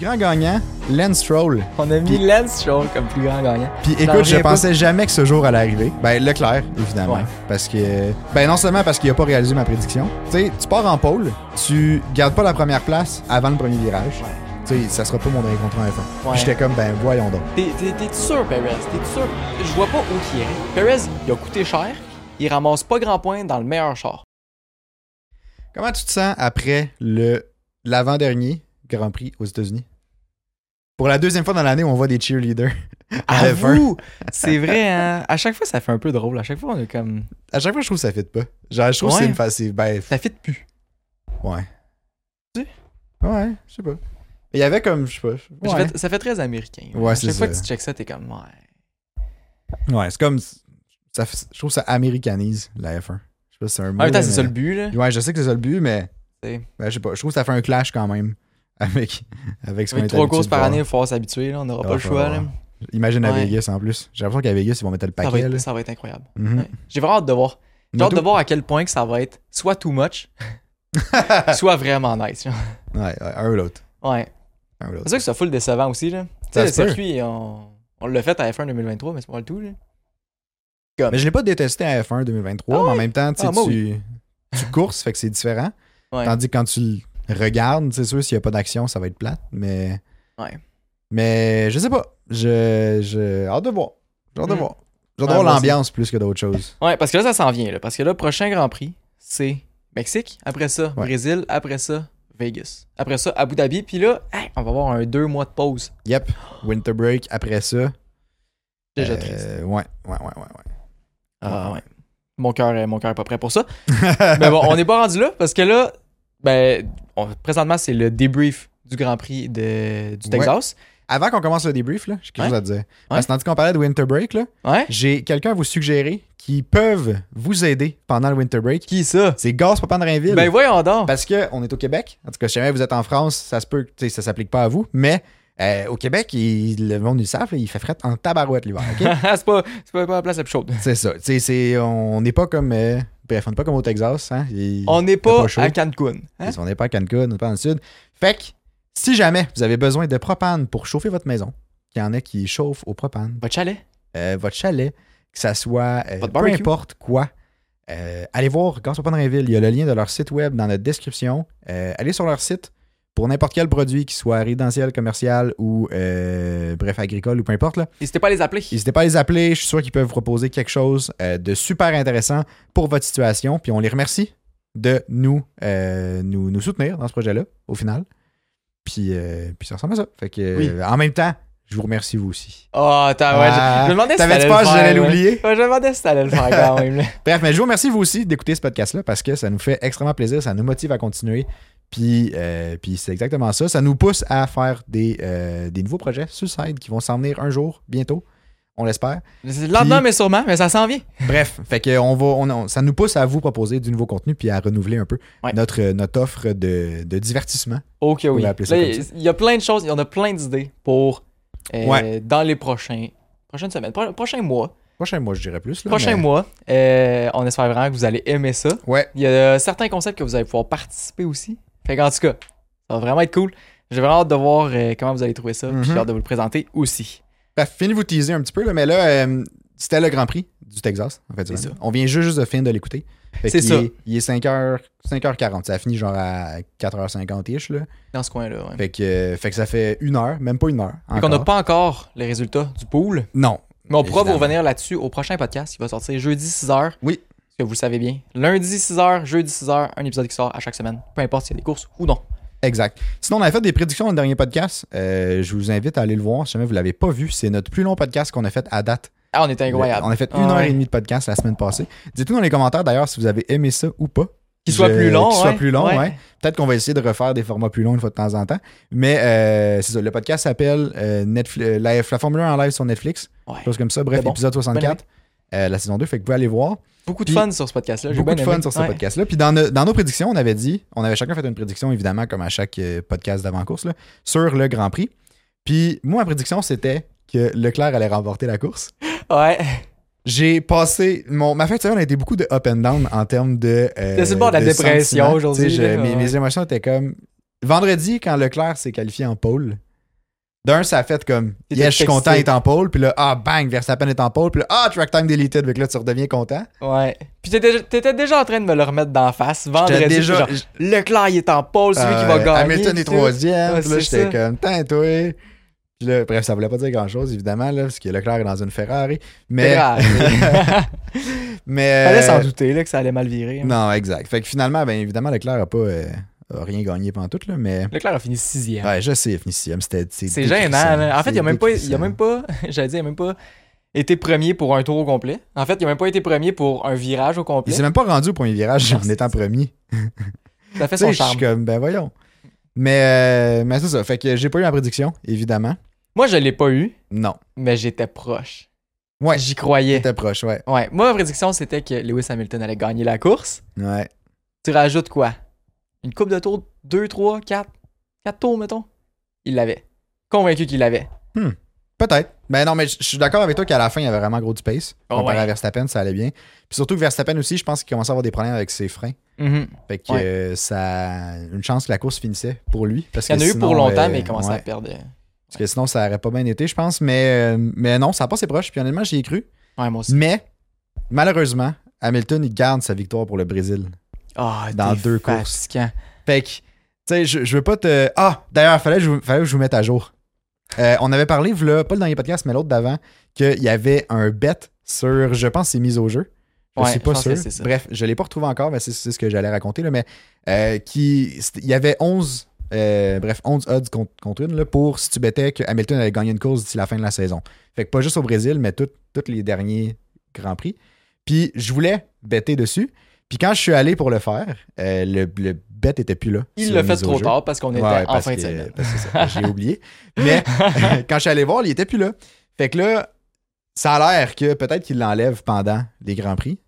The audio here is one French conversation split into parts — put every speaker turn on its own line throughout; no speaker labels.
grand gagnant, Lance Stroll.
On a mis
Puis-
Lance Stroll comme plus grand gagnant.
Puis
J'en
écoute, je
reviens pas.
pensais jamais que ce jour allait arriver. Ben Leclerc, évidemment.
Ouais.
Parce que. Ben non seulement parce qu'il a pas réalisé ma prédiction. Tu sais, tu pars en pôle, tu gardes pas la première place avant le premier virage. Tu sais, ça sera pas mon dernier contrat en F1.
Ouais.
J'étais comme, ben voyons donc.
T'es t'es- t'es sûr, Perez? T'es sûr? Je vois pas où qu'il irait. Perez, il a coûté cher. Il ramasse pas grand point dans le meilleur char.
Comment tu te sens après le l'avant-dernier Grand Prix aux États-Unis? Pour la deuxième fois dans l'année, on voit des cheerleaders. À la fin.
Avoue! C'est vrai, hein? À chaque fois, ça fait un peu drôle. À chaque fois, on est comme.
À chaque fois, je trouve que ça fit pas. Genre, je trouve que
Ouais.
c'est une facile. Ben, f-
Ça fit plus.
ouais.
Tu sais?
Ouais, je sais pas. Il y avait comme, je sais pas. je-
Ça
ouais.
fait- Ça fait très américain.
Ouais,
à
c'est
chaque fois
ça.
que tu checkes ça, t'es comme, ouais.
Ouais, c'est comme. Ça, f- je trouve que ça américanise la F1. Je sais pas si c'est un mot.
En même
là,
temps, Ah, c'est ça
mais-
le but, là.
Ouais, je sais que c'est ça le but, mais.
C'est-
Ben, je sais pas. Je trouve que ça fait un clash quand même avec, avec ce qu'on
Avec
est
trois
habitué
courses
de
par
voir.
année, il va falloir s'habituer, là. On n'aura
Ah,
pas le
faut
choix, là.
voir. Imagine à
Ouais.
Vegas en plus. J'ai l'impression qu'à Vegas, ils vont mettre le
Ça va
paquet.
être,
là.
ça va être incroyable.
Mhm.
Ouais. J'ai vraiment hâte de voir. J'ai
Moi,
hâte de
tout-
voir à quel point que ça va être soit too much, soit vraiment nice. genre.
Ouais, ouais, un ou l'autre.
Ouais.
Un ou l'autre.
C'est sûr que c'est full décevant aussi, là. Tu
Ça
sais, le
se peut.
circuit, on, on l'a fait à F1 2023, mais c'est pas le tout, là.
Mais je l'ai pas détesté à F1 2023,
Ah
mais en même temps, tu sais,
Ah, moi,
tu, tu courses, fait que c'est différent.
Ouais.
Tandis que quand tu le regardes, c'est sûr, s'il n'y a pas d'action, ça va être plate, mais.
Ouais.
Mais je sais pas. Je. je... Hâte de voir. J'ai hâte de
Mm.
voir. J'ai hâte de
Ouais, moi
voir
aussi.
l'ambiance plus que d'autres choses.
Ouais, parce que là, ça s'en vient, là. Parce que là, prochain Grand Prix, c'est Mexique. Après ça,
Ouais.
Brésil. Après ça, Vegas. Après ça, Abu Dhabi. Puis là, hey, on va avoir un deux mois de pause.
Yep. Winter break après ça.
Déjà
euh,
triste.
Ouais, ouais, ouais, ouais.
Ah ouais. Mon cœur est- mon cœur est pas prêt pour ça.
ouais.
Mais bon, on n'est pas rendu là parce que là, ben, on- présentement, c'est le débrief du Grand Prix de, du
Ouais.
Texas.
Avant qu'on commence le débrief, là, j'ai quelque
Ouais.
chose à te dire. Parce que tandis qu'on parlait de winter break, là,
Ouais.
j'ai quelqu'un à vous suggérer qui peuvent vous aider pendant le winter break.
Qui ça?
C'est Gaz Papa de Rainville.
Ben voyons donc.
Parce qu'on est au Québec. En tout cas, si jamais vous êtes en France, ça se peut que tu sais, ça s'applique pas à vous. Mais euh, au Québec, il- le monde, ils le savent, là, il fait fret en tabarouette l'hiver. OK?
c'est pas, c'est pas- pas la place la plus chaude.
c'est ça. Tu sais, c'est- on n'est pas comme. euh, bref, on n'est pas comme au Texas. Hein? Il-
On n'est
T'as
pas,
pas chaud.
à Cancun. hein?
on n'est pas à Cancun, on n'est pas dans le sud. Fait que, si jamais vous avez besoin de propane pour chauffer votre maison, il y en a qui chauffent au propane,
Votre chalet.
euh, votre chalet, que ça soit euh,
Votre
peu
barbecue.
importe quoi. euh, allez voir Gaz Propane Rainville. Il y a le lien de leur site web dans notre description. Euh, allez sur leur site pour n'importe quel produit, qu'il soit résidentiel, commercial ou euh, bref, agricole ou peu importe. là.
N'hésitez pas à les appeler.
N'hésitez pas à les appeler. Je suis sûr qu'ils peuvent vous proposer quelque chose euh, de super intéressant pour votre situation. Puis on les remercie de nous, euh, nous, nous soutenir dans ce projet-là, au final. Puis, euh, puis ça ressemble à ça. Fait que,
Oui.
euh, En même temps, je vous remercie vous aussi.
Oh, t'as, ouais, je-
Ah,
je, me demandais si
T'avais-tu
t'allais
peur
le
que
faire,
j'allais
ouais.
l'oublier?
Ouais, je me demandais si t'allais le faire quand même. là.
Bref, mais je vous remercie vous aussi d'écouter ce podcast-là parce que ça nous fait extrêmement plaisir, ça nous motive à continuer. Puis, euh, puis c'est exactement ça. Ça nous pousse à faire des, euh, des nouveaux projets Suicide qui vont s'en venir un jour, bientôt, on l'espère.
C'est lentement, mais sûrement, mais ça s'en vient.
Bref, fait que on va, on- on- ça nous pousse à vous proposer du nouveau contenu puis à renouveler un peu
Ouais.
notre, euh, notre offre de, de divertissement.
Ok, oui.
va
Là,
appeler ça comme
Il il y a plein de choses, on a plein d'idées pour euh,
Ouais.
dans les prochains, prochaines semaines, pro- prochains mois.
Prochain mois, je dirais plus. là,
Prochains
mais-
mois, euh, on espère vraiment que vous allez aimer ça.
Ouais,
Il y a certains concepts que vous allez pouvoir participer aussi. Fait qu'en tout cas, ça va vraiment être cool. J'ai vraiment hâte de voir euh, comment vous allez trouver ça. puis J'ai
Mhm.
hâte de vous le présenter aussi.
Bref, Bah, finis vous teaser un petit peu, là, mais là, euh, c'était le Grand Prix du Texas, en fait.
C'est ça.
On vient juste, juste de finir de l'écouter. Fait
C'est
qu'il
ça.
est- il est 5h, 5h40. Ça a fini genre à 4h50-ish. Là.
Dans ce coin-là. Ouais.
Fait, que, euh, fait que ça fait une heure, même pas une heure.
Fait qu'on n'a
encore.
pas encore les résultats du pool.
Non.
Mais on pourra
Évidemment.
vous revenir là-dessus au prochain podcast qui va sortir jeudi 6h.
Oui.
Parce que vous le savez bien. Lundi 6h, jeudi 6h, un épisode qui sort à chaque semaine. Peu importe s'il y a des courses ou non.
Exact. Sinon, on avait fait des prédictions dans le dernier podcast. Euh, je vous invite à aller le voir si jamais vous ne l'avez pas vu. C'est notre plus long podcast qu'on a fait à date.
Ah, on était incroyable.
On a fait
Ah
une heure
ouais.
et demie de podcast la semaine passée. Dites-nous dans les commentaires d'ailleurs si vous avez aimé ça ou pas.
Qu'il soit
Je-
plus long. hein.
Qu'il soit
ouais.
plus long, ouais. Peut-être qu'on va essayer de refaire des formats plus longs une fois de temps en temps. Mais euh, c'est ça, le podcast s'appelle euh, Netflix- euh, la, la Formule 1 en live sur Netflix.
Ouais.
Chose comme ça. Bref,
C'est bon.
épisode 64, euh, la saison 2. Fait que vous pouvez aller voir.
Beaucoup de
Puis-
fun sur ce podcast-là. J'ai
Beaucoup
bien
de fun
aimé.
sur ce
Ouais.
podcast-là. Puis dans, nos- dans nos prédictions, on avait dit, on avait chacun fait une prédiction, évidemment, comme à chaque euh, podcast d'avant-course, là, sur le Grand Prix. Puis moi, ma prédiction, c'était que Leclerc allait remporter la course.
Ouais.
J'ai passé. Mon, ma fin de semaine a été beaucoup de up and down en termes de. euh,
T'es sur le bord de la dépression
sentiments.
aujourd'hui,
Tu sais, je-
là,
mes,
ouais.
mes émotions étaient comme. Vendredi, quand Leclerc s'est qualifié en pôle, D'un, ça a fait comme,
T'es
yes, je suis
excité.
content, il est en pole. Puis là, ah, bang, Verstappen est en pole. Puis là, ah, track time deleted. Fait que là, tu redeviens content.
Ouais. Puis t'étais, t'étais déjà en train de me le remettre d'en face. Vendredi,
J'étais déjà-
déjà... genre, Leclerc, il est en pole, celui qui va
Euh,
gagner.
Hamilton est
tout.
troisième.
Ouais,
Puis là,
c'est
j'étais
ça.
comme, tant, toi. Puis là, bref, ça voulait pas dire grand-chose, évidemment, là, parce que Leclerc est dans une Ferrari.
C'est
Mais.
grave.
mais euh,
Fallait s'en douter là, que ça allait mal virer. hein.
Non, exact. Fait que finalement, bien évidemment, Leclerc a pas euh, a rien gagné pendant tout, là, mais.
Leclerc a fini sixième.
Ouais, je sais, il a fini sixième, c'était.
C'est gênant.
décrissant.
là. En fait, il a
C'est
même pas, il a
décrissant.
même pas, j'allais dire, il a même pas été premier pour un tour au complet. En fait, il a même pas été premier pour un virage au
Il
complet.
s'est même pas rendu au premier virage
Non,
en
c'est-
étant premier. Tu
Ça fait
sais,
son
je suis
charme.
comme, ben voyons. Mais, euh, mais c'est ça. Fait que j'ai pas eu ma prédiction, évidemment.
Moi, je l'ai pas eu,
Non.
mais j'étais proche.
Ouais.
J'y croyais.
T'es proche, ouais.
Ouais. Moi, ma prédiction, c'était que Lewis Hamilton allait gagner la course.
Ouais.
Tu rajoutes quoi Une coupe de tours 2, 3, 4 4 tours, mettons. Il l'avait. Convaincu qu'il l'avait.
Peut-être. Ben non, mais je je suis d'accord avec toi qu'à la fin, il y avait vraiment gros du pace.
Oh,
comparé
ouais.
à Verstappen, ça allait bien. Puis surtout que Verstappen aussi, je pense qu'il commençait à avoir des problèmes avec ses freins.
Mhm.
Fait que
Ouais.
euh, ça. Une chance que la course finissait pour lui. Parce
Il y en
que
a eu
sinon,
pour longtemps,
euh,
mais il commençait
ouais.
à perdre. euh,
Parce que sinon, ça aurait pas bien été, je pense. Mais, euh, mais non, ça a passé proche. Puis honnêtement, j'y ai cru.
Ouais, moi aussi.
Mais, malheureusement, Hamilton, il garde sa victoire pour le Brésil.
Ah,
Dans
t'es
deux courses.
fatigant.
Fait que, tu sais, je, je veux pas te. Ah, d'ailleurs, fallait, que je vous- fallait que je vous mette à jour. Euh, on avait parlé, v'là, pas le dernier podcast, mais l'autre d'avant, qu'il y avait un bet sur, je pense, c'est mise au jeu. Je
Ouais,
suis
je
pas
pense
sûr.
que c'est ça.
Bref, je l'ai pas retrouvé encore, mais c'est c'est ce que j'allais raconter. Là, mais euh, qui, c'était- il y avait 11, euh, bref, 11 odds contre, contre une là, pour si tu bettais que Hamilton allait gagner une course d'ici la fin de la saison. Fait que pas juste au Brésil, mais tout- tous les derniers Grands Prix. Puis je voulais better dessus. Puis quand je suis allé pour le faire, euh, le, le bet était plus là.
Il
sur
l'a
mise
fait
au
trop
jeu.
tard parce qu'on était
Ouais,
en
parce
fin de
que-
semaine.
parce que ça, J'ai oublié. Mais quand je suis allé voir, il était plus là. Fait que là, ça a l'air que peut-être qu'il l'enlève pendant les Grands Prix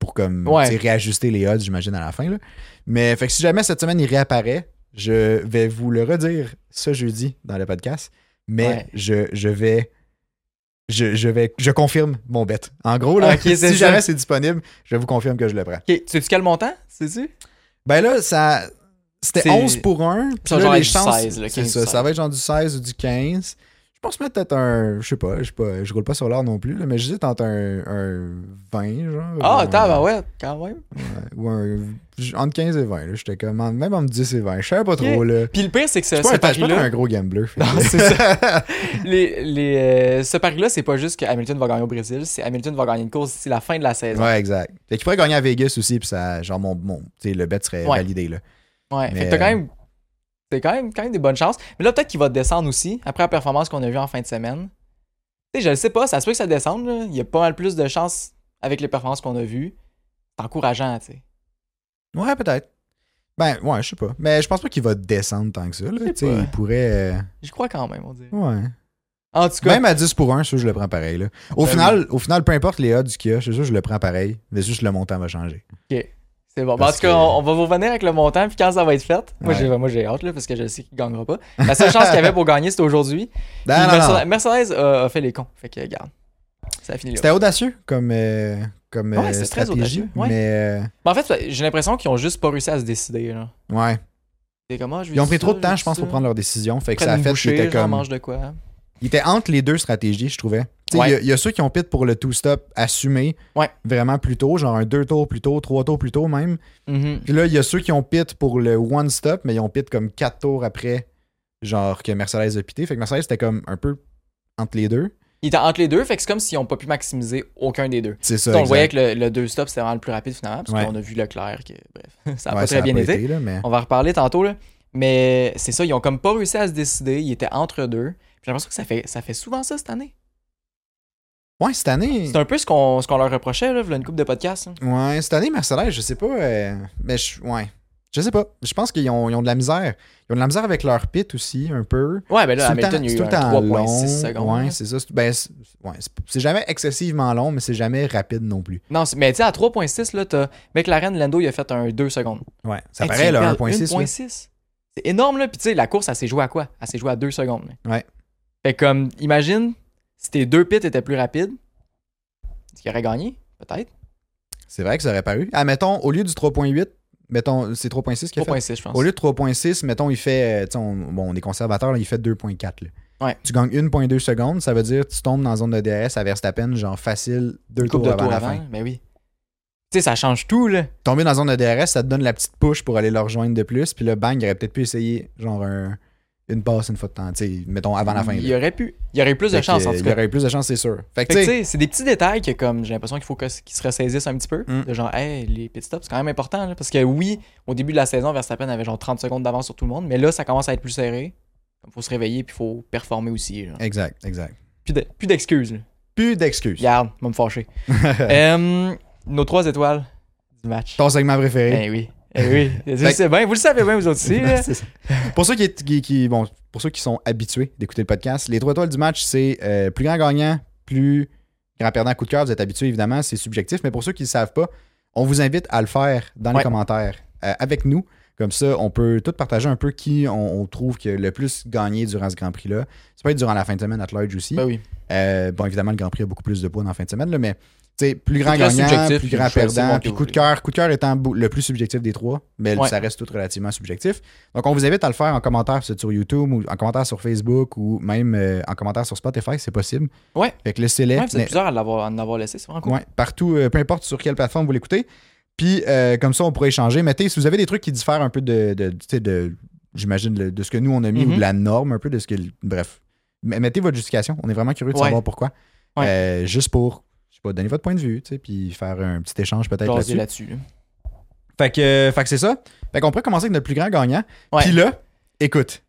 pour comme
Ouais.
tu sais, réajuster les odds, j'imagine, à la fin. là. Mais fait que si jamais cette semaine il réapparaît, je vais vous le redire ce jeudi dans le podcast. Mais
Ouais.
je, je vais. Je, je vais je confirme mon bet. En gros, là,
Ok, c'est
si
ça.
jamais c'est disponible, je vous confirme que je le prends.
Ok, tu sais quel montant, sais-tu?
Ben là, ça. C'était
C'est-
11 pour 1.
Ça
Puis
va
là, les
être du
chances.
16, là,
c'est
15,
ça, ça va être genre du 16 ou du 15. Je pense mettre peut-être un. Je sais pas, je sais pas, je roule pas sur l'or non plus, là, mais j'hésite entre un, un 20, genre.
Ah,
ou un-
attends, ben ouais, quand même.
Ou un. Entre 15 et 20, là. J'étais comme. en- Même entre 10 et 20. Je savais pas trop, là.
Puis le pire, c'est que ce,
Je suis
ce
pas un- je suis pas un
pari-là,
gros gambler. fait
Non,
que-
c'est ça. les, les, euh, ce pari-là, c'est pas juste que Hamilton va gagner au Brésil, c'est Hamilton va gagner une course d'ici la fin de la saison.
ouais, exact. Fait qu'il pourrait gagner à Vegas aussi, puis ça. Genre, mon. mon tu sais, le bet serait
Ouais.
validé, là.
Ouais, euh,
Mais,
fait que t'as quand même, c'est quand même, quand même des bonnes chances. Mais là, peut-être qu'il va descendre aussi, après la performance qu'on a vue en fin de semaine. Tu sais, je le sais pas, ça se peut que ça descende, là. il y a pas mal plus de chances avec les performances qu'on a vues. C'est encourageant, tu sais.
Ouais, peut-être. Ben, ouais, je sais pas. Mais je pense pas qu'il va descendre tant que ça, là.
sais
Tu sais,
pas.
il pourrait. euh,
J'y crois quand même, on dirait.
Ouais.
En tout cas,
Même à 10 pour 1, ça, je le prends pareil. Là. Au,
Ben
final, au final, peu importe les odds qu'il y a, c'est sûr, je le prends pareil. Mais juste le montant va changer.
C'est bon. Ben, en
Parce
tout cas,
que-
on, on va vous revenir avec le montant, puis quand ça va être fait. Moi,
Ouais.
j'ai, moi, j'ai hâte, là, parce que je sais qu'il gagnera pas. La seule chance qu'il y avait pour gagner, c'était aujourd'hui.
Non,
Puis
Ah,
ben,
non, non.
Mercedes, Mercedes a, a fait les cons. Fait que, regarde, ça a fini là.
C'était audacieux comme, euh, comme
Ouais,
euh,
c'est très
stratégie.
audacieux, ouais.
Mais
Mais en fait, j'ai l'impression qu'ils ont juste pas réussi à se décider. Là.
euh, ouais.
C'est comme, ah, je vais
Ils ont
dire
pris
ça,
trop de temps,
vais
je pense,
dire
pour
ça.
prendre leur décision. Fait que
Prennent
ça a
une
fait qu'ils
bouchée,
étaient
j'en
comme.
mange de quoi.
Ils étaient entre les deux stratégies, je trouvais. Tu sais, Il
Ouais.
y a- il y, a ceux qui ont pit pour le two-stop assumé
Ouais.
vraiment plus tôt, genre un deux tours plus tôt, trois tours plus tôt même.
Mhm.
Puis là, il y a ceux qui ont pit pour le one stop, mais ils ont pit comme quatre tours après, genre que Mercedes a pité. Fait que Mercedes était comme un peu entre les deux.
Ils étaient entre les deux, fait que c'est comme s'ils ont pas pu maximiser aucun des deux.
C'est ça.
on le
exact.
voyait que le, le deux stops, c'était vraiment le plus rapide finalement, parce
Ouais.
qu'on a vu Leclerc, que, bref, ça a
Ouais,
pas très bien été.
là, mais...
On va en reparler tantôt, là. Mais c'est ça, ils ont comme pas réussi à se décider. Ils étaient entre deux. Puis J'ai l'impression que ça fait, ça fait souvent ça cette année.
Ouais, cette année.
C'est un peu ce qu'on ce qu'on leur reprochait, là, v'là une coupe de podcasts. hein.
Ouais, cette année, Mercedes, je sais pas. euh, Mais je... ouais. Je sais pas. Je pense qu'ils ont, ils ont de la misère. Ils ont de la misère avec leur pit aussi, un peu.
Ouais, ben
C'est
là,
tout le temps-
Hamilton, il y
c'est
a
tout
eu
le
un
temps long.
3,6 secondes. là.
Ouais, c'est ça. C'est- ben, c'est- ouais, c'est- c'est jamais excessivement long, mais c'est jamais rapide non plus.
non, c'est- mais tu sais, à 3,6, là, t'as McLaren Lando, il a fait un 2 secondes.
Ouais. Ça
Hey,
paraît,
tu
là,
regardes,
1.6. là.
1,6. C'est énorme, là. Puis tu sais, la course, elle s'est jouée à quoi Elle s'est jouée à 2 secondes. là.
Ouais.
Fait comme, imagine, si tes deux pits étaient plus rapides, est-ce qu'il aurait gagné Peut-être.
C'est vrai que ça aurait pas eu. Ah, mettons, au lieu du 3.8, mettons, c'est 3.6 qui a fait.
3,6, je pense.
Au lieu de 3.6, mettons, il fait. euh, tu sais, on, bon, on est conservateur, là, il fait 2.4. là.
Ouais.
Tu gagnes 1,2 secondes. Ça veut dire que tu tombes dans la zone de DRS à Verstappen, genre facile, deux
Coupe
tours
de
avant
tour
la
avant.
fin.
Ben oui. Tu sais, ça change tout, là.
Tomber dans la zone de DRS, ça te donne la petite push pour aller le rejoindre de plus. Puis le bang, il aurait peut-être pu essayer, genre, un- une passe une fois de temps. Tu sais, mettons avant la fin.
Il
là.
y aurait pu. Il y aurait eu plus de
Fait
chance,
que,
en
il
tout
y
cas.
aurait eu plus de chance, c'est sûr. Fait que, tu
Fait que,
sais,
tu sais, c'est des petits détails que comme j'ai l'impression qu'il faut que- qu'ils se ressaisissent un petit peu.
Mm.
De genre, hey, les pit stops, c'est quand même important. là. parce que oui, au début de la saison, Verstappen avait genre 30 secondes d'avance sur tout le monde. Mais là, ça commence à être plus serré. Il faut se réveiller puis il faut performer aussi. genre.
exact, exact.
Plus de- plus d'excuses. là.
Plus d'excuses.
Garde, va me fâcher. Euh, nos trois étoiles du match.
Ton segment préféré.
Eh oui. Eh oui. Je
Fait-
sais bien, vous le savez bien, vous autres aussi. là.
C'est ça. pour, ceux qui, qui- qui- bon, pour ceux qui sont habitués d'écouter le podcast, les trois étoiles du match, c'est euh, plus grand gagnant, plus grand perdant, coup de cœur. Vous êtes habitués, évidemment, c'est subjectif. Mais pour ceux qui ne le savent pas, on vous invite à le faire dans
Ouais.
les commentaires euh, avec nous. Comme ça, on peut tout partager un peu qui on, on trouve que le plus gagné durant ce Grand Prix-là. Ça peut être durant la fin de semaine à large aussi.
Ben oui.
Euh, bon, évidemment, le Grand Prix a beaucoup plus de poids dans la fin de semaine, là, mais tu sais, plus grand
très
gagnant, plus
subjectif, puis
grand
vous choisissez le
perdant,
monde que
puis
vous
coup de
voulez.
cœur, coup de cœur étant bou- le plus subjectif des trois, mais
Ouais.
ça reste tout relativement subjectif. Donc, on vous invite à le faire en commentaire c'est sur YouTube ou en commentaire sur Facebook ou même euh, en commentaire sur Spotify, c'est possible.
Ouais.
Fait que laissez-les.
Ouais, vous êtes
mais-
plusieurs à l'avoir à en avoir laissé, c'est vraiment cool.
Ouais, partout, euh, peu importe sur quelle plateforme vous l'écoutez. Puis, euh, comme ça, on pourrait échanger. Mettez, si vous avez des trucs qui diffèrent un peu de, de, tu sais, de- j'imagine, le- de ce que nous, on a mis
Mhm.
ou de la norme, un peu de ce que. Bref. M- Mettez votre justification. On est vraiment curieux de
Ouais.
savoir pourquoi.
Ouais.
Euh, juste pour, je sais pas, donner votre point de vue, tu sais, puis faire un petit échange peut-être
Jaser
là-dessus.
là-dessus. là.
Fait que, euh, fait que c'est ça. Fait qu'on pourrait commencer avec notre plus grand gagnant.
Ouais.
Puis là, écoute,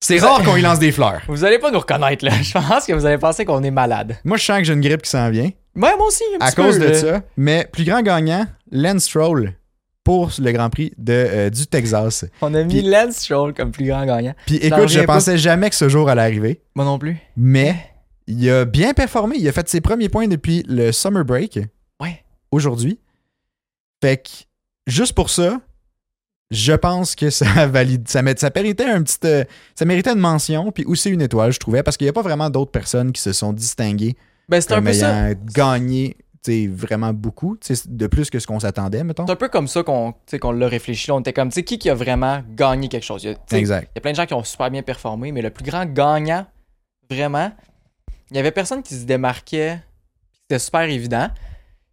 c'est rare qu'on lui lance des fleurs.
Vous allez pas nous reconnaître, là. Je pense que vous allez penser qu'on est malade.
Moi, je sens que j'ai une grippe qui s'en vient.
Ouais, moi aussi, un
à
petit peu,
cause de
là.
ça. Mais plus grand gagnant, Lance Stroll pour le Grand Prix de, euh, du Texas.
On a mis
Puis-
Lance Stroll comme plus grand gagnant.
Puis
J'en
écoute, je
reviens pas.
pensais jamais que ce jour allait arriver,
Moi non plus.
mais il a bien performé. Il a fait ses premiers points depuis le Summer Break
Ouais.
aujourd'hui. Fait que juste pour ça, je pense que ça valide. Ça, mé- ça méritait un petit. euh, ça méritait une mention, puis aussi une étoile, je trouvais, parce qu'il n'y a pas vraiment d'autres personnes qui se sont distinguées
Ben, c'est un
comme
peu ça.
ayant gagné tu sais, vraiment beaucoup, tu sais, de plus que ce qu'on s'attendait, mettons.
C'est un peu comme ça qu'on tu sais, qu'on l'a réfléchi. là. On était comme, tu sais, qui qui a vraiment gagné quelque chose? Il y a, tu sais,
Exact.
il y a plein de gens qui ont super bien performé, mais le plus grand gagnant, vraiment, il y avait personne qui se démarquait. C'était super évident.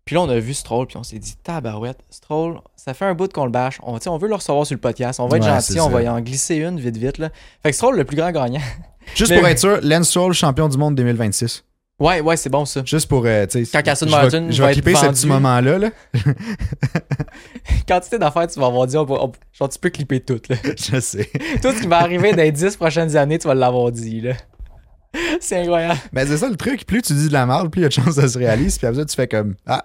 Puis là, on a vu Stroll, puis on s'est dit, tabarouette, Stroll, ça fait un bout qu'on le bâche. On, tu sais, on veut le recevoir sur le podcast. On va être
Ouais, c'est
gentil, on
ça.
va y en glisser une vite, vite. Là. Fait que Stroll, le plus grand gagnant.
Juste
Mais-
pour être sûr, Lance Stroll, champion du monde 2026.
ouais, ouais, c'est bon ça.
Juste pour, euh, tu sais,
Quand Aston
je vais-
Martin
je
va
vais
être
clipper ce
vendu.
petit moment-là, là.
Quantité d'affaires, tu vas avoir dit, on va- on- genre, tu peux clipper tout. Là.
je sais.
tout ce qui va arriver dans les 10 prochaines années, tu vas l'avoir dit. là. C'est incroyable.
Mais c'est ça le truc, plus tu dis de la merde, plus il y a de chances que ça se réalise, puis après ça, tu fais comme, ah,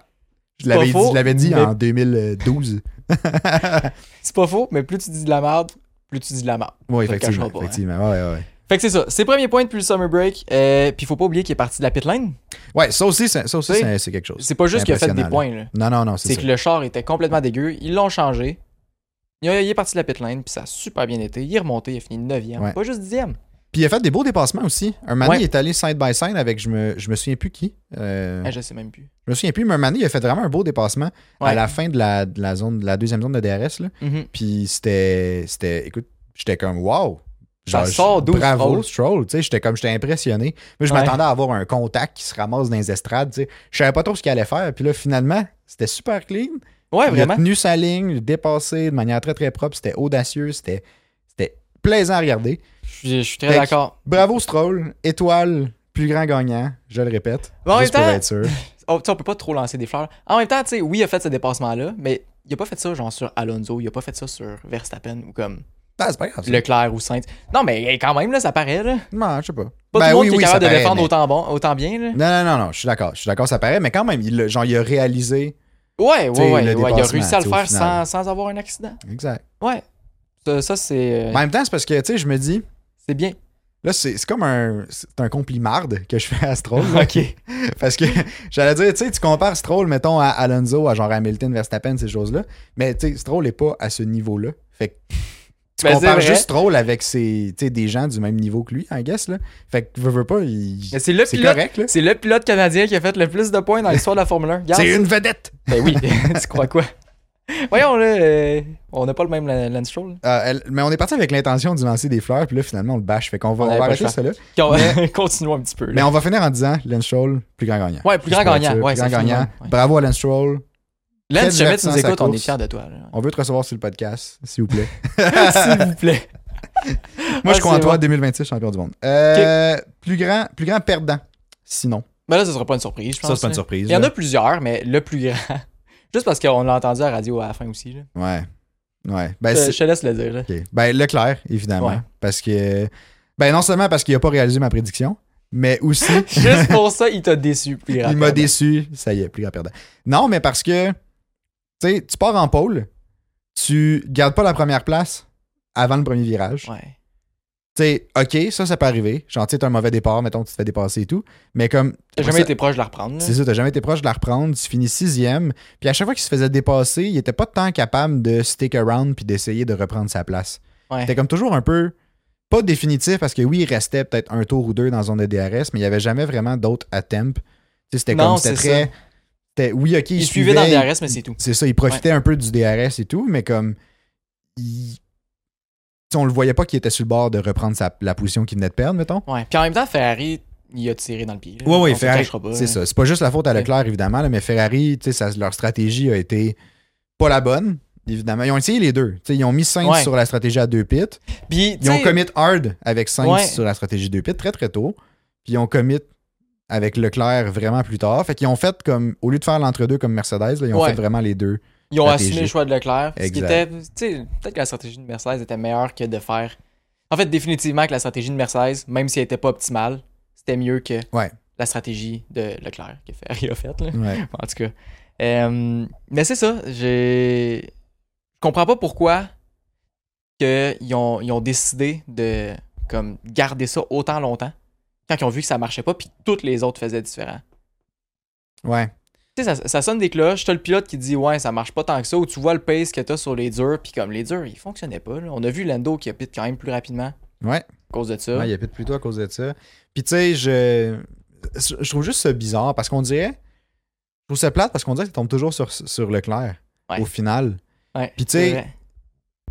je l'avais
Pas
dit,
faux,
je l'avais dit
mais-
en 2012.
C'est pas faux, mais plus tu dis de la merde, plus tu dis de la merde.
Oui,
Ça le
effectivement,
cachera pas, hein.
effectivement, ouais, ouais, ouais.
Fait que c'est ça. Ses premiers points depuis le summer break. Euh, Puis faut pas oublier qu'il est parti de la pit lane.
Ouais, ça aussi, c'est, ça aussi,
Tu sais,
c'est, c'est quelque chose.
C'est pas juste qu'il a fait des
Impressionnant,
points.
Non,
là.
non, non, c'est,
C'est
ça.
que le char était complètement dégueu. Ils l'ont changé. Il a- il est parti de la pit lane, puis ça a super bien été. Il est remonté, il a fini 9e,
Ouais.
pas juste 10e.
Puis il a fait des beaux dépassements aussi. Un moment,
Ouais.
il est allé side by side avec, je me, je me souviens plus qui. Euh,
Ah, je sais même plus.
Je me souviens plus, mais un moment donné, il a fait vraiment un beau dépassement
Ouais.
à la fin de la, de la zone, de la deuxième zone de DRS. Là.
Mhm.
Puis c'était, c'était, écoute, j'étais comme wow.
Ça
Genre,
sort d'où,
Bravo,
Stroll?
Stroll. Tu sais, j'étais comme, j'étais impressionné. Mais je
Ouais.
m'attendais à avoir un contact qui se ramasse dans les estrades. Tu sais, je savais pas trop ce qu'il allait faire. Puis là, finalement, c'était super clean. il
Ouais,
a
vraiment.
tenu sa ligne, il a dépassé de manière très très propre. C'était audacieux, c'était, c'était plaisant à regarder.
Je suis- je suis très
Fait que-
d'accord.
Bravo, Stroll. Étoile, plus grand gagnant. Je le répète.
Mais en
juste
même
pour
temps,
être sûr.
Oh, tu sais, on peut pas trop lancer des fleurs. En même temps, tu sais, oui, il a fait ce dépassement-là, mais il a pas fait ça genre sur Alonso, il a pas fait ça sur Verstappen ou comme
Ah, c'est pas grave. ça.
Leclerc ou Sainz. Non, mais hey, quand même, là, ça paraît, là.
Non, je sais pas.
Pas
Ben
tout le monde
oui,
qui est
oui,
capable
ça
de
paraît,
défendre
mais-
autant, bon, autant bien, là.
Non, non, non, non, je suis d'accord. Je suis d'accord, ça paraît, mais quand même, il, l'a- genre, il a réalisé.
Ouais, ouais,
T'sais,
ouais, ouais,
le
Il a
dépassement,
réussi à le
t'sais, au
faire sans,
final.
sans avoir un accident.
Exact.
Ouais. Ça, ça, c'est euh,
En même temps, c'est parce que, tu sais, je me dis,
c'est bien.
là, c'est c'est comme un, c'est un complimarde que je fais à Stroll. là.
Ok.
parce que j'allais dire, tu sais, tu compares Stroll, mettons, à Alonso, à genre Hamilton, Verstappen, ces choses-là. Mais, tu sais, Stroll n'est pas à ce niveau-là. Fait que tu
Ben, c'est
compares
vrai.
juste Stroll avec ses, tu sais, des gens du même niveau que lui, I guess, là. Fait que, veux, veux pas, il-
Mais c'est le
c'est
pilote.
correct, là.
C'est le pilote canadien qui a fait le plus de points dans l'histoire de la Formule 1. Regarde.
C'est une vedette.
Ben oui, tu crois quoi? Voyons, là, euh, on n'a pas le même la- Lance Stroll. là.
Euh, elle- mais on est parti avec l'intention de lancer des fleurs, puis là, finalement, on le bâche. Fait qu'on va,
On
on va
avait pas
arrêter
le
ça là.
Qu'on- Continuons un petit peu. là.
Mais on va finir en disant Lance Stroll, plus grand gagnant.
Ouais, plus grand
Juste pour être
gagnant.
sûr,
Ouais,
plus
ça
grand
finit
gagnant.
bien, ouais.
Bravo à Lance Stroll.
Lance, si jamais
Quel
tu nous
accent, sa
écoutes, on est
course.
fiers de toi. là.
On veut te recevoir sur le podcast, s'il vous plaît.
S'il vous plaît.
Moi,
Ah,
je crois en
c'est
toi,
bon.
2026, champion du monde. Euh, plus, grand, plus grand perdant, sinon.
Ben là, ce sera pas une surprise, je pense. là.
surprise.
Il y en a plusieurs, mais le plus grand. Juste parce qu'on l'a entendu à la radio à la fin aussi. là.
Ouais. Ouais. Ben,
Je,
c'est-
je te laisse le dire. là.
OK. Ben, Leclerc, évidemment.
Euh, Ouais.
Parce que. Ben, non seulement parce qu'il n'a pas réalisé ma prédiction, mais aussi,
Juste pour ça, il t'a déçu. plus grand
il m'a
perdant.
déçu. Ça y est, plus grand perdant. Non, mais parce que. Tu sais, tu pars en pôle, tu gardes pas la première place avant le premier virage.
Ouais.
Tu sais, OK, ça, ça peut arriver. Genre, tu sais, t'as un mauvais départ, mettons, tu te fais dépasser et tout. Mais comme.
T'as
après
jamais
ça-
été proche de la reprendre. là.
C'est ça, t'as jamais été proche de la reprendre. Tu finis sixième. Puis à chaque fois qu'il se faisait dépasser, il était pas tant capable de stick around puis d'essayer de reprendre sa place.
Ouais.
C'était comme toujours un peu pas définitif parce que oui, il restait peut-être un tour ou deux dans la zone de DRS, mais il y avait jamais vraiment d'autres attempts. Tu sais, C'était
Non,
comme c'était
c'est
très. c'était- Oui, ok, il,
Il suivait dans le DRS, mais c'est tout.
C'est ça, il profitait un peu du DRS et tout, mais comme. Il... tu sais, On le voyait pas qu'il était sur le bord de reprendre sa- la position qu'il venait de perdre, mettons.
Ouais. Puis en même temps, Ferrari, il a tiré dans le pied. là.
Ouais, ouais,
On se
Ferrari.
cachera pas, hein.
C'est
là.
ça. C'est pas juste la faute à Leclerc, évidemment, là, mais Ferrari, tu sais, ça- leur stratégie a été pas la bonne, évidemment. Ils ont essayé les deux. Tu sais, ils ont mis 5
Ouais.
sur la stratégie à deux pits.
Puis,
Ils ont commit hard avec 5
Ouais.
sur la stratégie deux pits très très tôt. Puis ils ont commit avec Leclerc vraiment plus tard. Fait qu'ils ont fait comme, au lieu de faire l'entre-deux comme Mercedes, là, ils ont
Ouais.
fait vraiment les deux.
Ils ont
stratégie.
assumé le choix de Leclerc. Ce qui
Exact.
était. Tu sais, peut-être que la stratégie de Mercedes était meilleure que de faire. En fait, définitivement que la stratégie de Mercedes, même si elle n'était pas optimale, c'était mieux que
Ouais.
la stratégie de Leclerc que Ferrari a faite. là.
Ouais.
En tout cas. Euh, mais c'est ça. j'ai- Je comprends pas pourquoi que ils ont, ils ont décidé de comme garder ça autant longtemps quand ils ont vu que ça marchait pas puis que toutes les autres faisaient différent.
ouais.
Tu sais, ça, ça sonne des cloches. T'as le pilote qui dit ouais, ça marche pas tant que ça. Ou tu vois le pace que t'as sur les durs. Puis comme les durs, ils fonctionnaient pas. là. On a vu Lando qui a pit quand même plus rapidement
Ouais.
à cause de ça.
Ouais, il a plus de plutôt à cause de ça. Puis tu sais, je, je trouve juste ça bizarre parce qu'on dirait. Je trouve ça plate parce qu'on dirait que ça tombe toujours sur, sur Leclerc
Ouais.
au final.
Ouais,
Puis tu
c'est
sais,
vrai.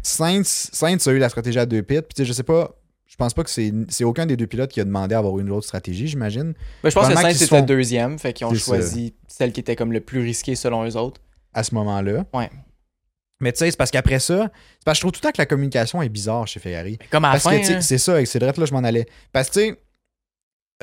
Sainz, Sainz a eu la stratégie à deux pits. Puis tu sais, je sais pas. Je pense pas que c'est c'est aucun des deux pilotes qui a demandé à avoir une autre stratégie, j'imagine.
Ben, je pense que
probablement
Sainz
qu'ils se
était
font-
deuxième. Fait qu'ils ont
C'est ça.
choisi celle qui était comme le plus risquée selon eux autres.
à ce moment-là.
Ouais.
Mais tu sais, c'est parce qu'après ça, c'est parce que je trouve tout le temps que la communication est bizarre chez Ferrari.
Comme à la
Parce
fin. hein.
que, tu sais,
là,
c'est ça, avec ces là je m'en allais. Parce que, tu sais,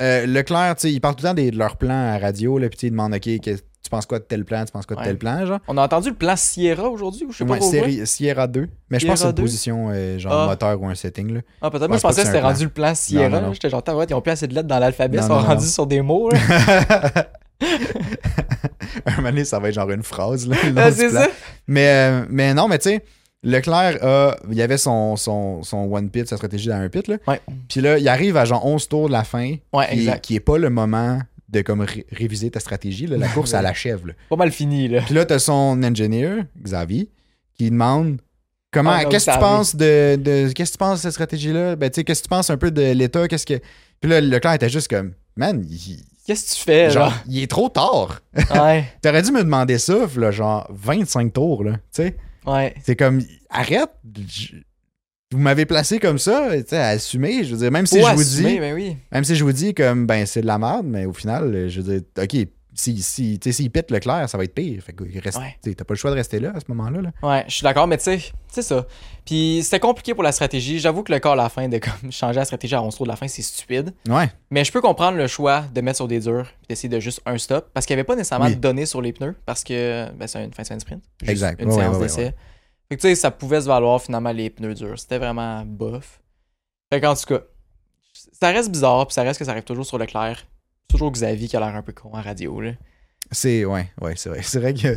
euh, Leclerc, tu sais, il parle tout le temps des- de leur plan à radio, là, puis tu sais, il demande, OK, que- tu penses quoi de tel plan, tu penses quoi de
Ouais.
tel plan, genre.
On a entendu le plan Sierra aujourd'hui ou je sais
Ouais,
pas pourquoi.
série- Sierra 2. Mais je pense que c'est
Sierra
une
2.
position, euh, genre,
Ah.
moteur ou un setting, là.
Ah, peut-être. Moi,
Je pense
je
pas
pensais que
que
c'était
c'est un
rendu le plan Sierra.
Non, non, non.
J'étais genre, tabarouette, ils ont plus assez de lettres dans l'alphabet. Ils
Non,
sont
non, non.
rendus sur des mots. là.
un moment donné, ça va être genre une phrase, là. le nom
Ah,
du
c'est
plan.
ça.
Mais, euh, mais non, mais tu sais, Leclerc, a- il y avait son, son, son one pit, sa stratégie dans un pit, là.
Ouais.
Puis là, il arrive à genre 11 tours de la fin,
Ouais,
qui,
exact.
qui est pas le moment de comme ré- réviser ta stratégie. là. La course, elle achève. là.
Pas mal fini, là.
Puis là, t'as son engineer, Xavier, qui demande comment,
Ah, donc,
qu'est-ce que tu
Xavier.
penses de, de- qu'est-ce que tu penses de cette stratégie-là? Ben, tu sais, qu'est-ce que tu penses un peu de l'État? Qu'est-ce que. Puis là, Leclerc était juste comme, man, il-
Qu'est-ce que tu fais,
genre,
là?
il est trop tard.
Ouais,
T'aurais dû me demander ça, là, genre 25 tours, là. Tu sais,
ouais.
c'est comme, arrête, je- vous m'avez placé comme ça, tu sais, à assumer. Je veux dire, même si
Faut
je vous
assumer,
dis.
ben oui.
Même si je vous dis comme ben c'est de la merde, mais au final, euh, je veux dire, ok, si, si, tu sais, s'il pète Leclerc, ça va être pire. Fait que reste-
Ouais.
tu sais, t'as pas le choix de rester là à ce moment-là. là.
Ouais, je suis d'accord, mais tu sais, c'est ça. Puis c'était compliqué pour la stratégie. J'avoue que le corps à la fin de comme, changer la stratégie à 11 trous de la fin, c'est stupide.
Ouais.
Mais je peux comprendre le choix de mettre sur des durs et d'essayer de juste un stop parce qu'il n'y avait pas nécessairement
Oui.
de données sur les pneus parce que ben, c'est une fin de semaine sprint. Juste
Exact.
Une
Ouais,
séance
ouais, ouais,
d'essai. Fait que tu sais, ça pouvait se valoir finalement les pneus durs. C'était vraiment bof. Fait qu'en tout cas, ça reste bizarre puis ça reste que ça arrive toujours sur le clair. Toujours Xavier qui a l'air un peu con en radio. Là.
C'est ouais, ouais, c'est vrai. C'est vrai que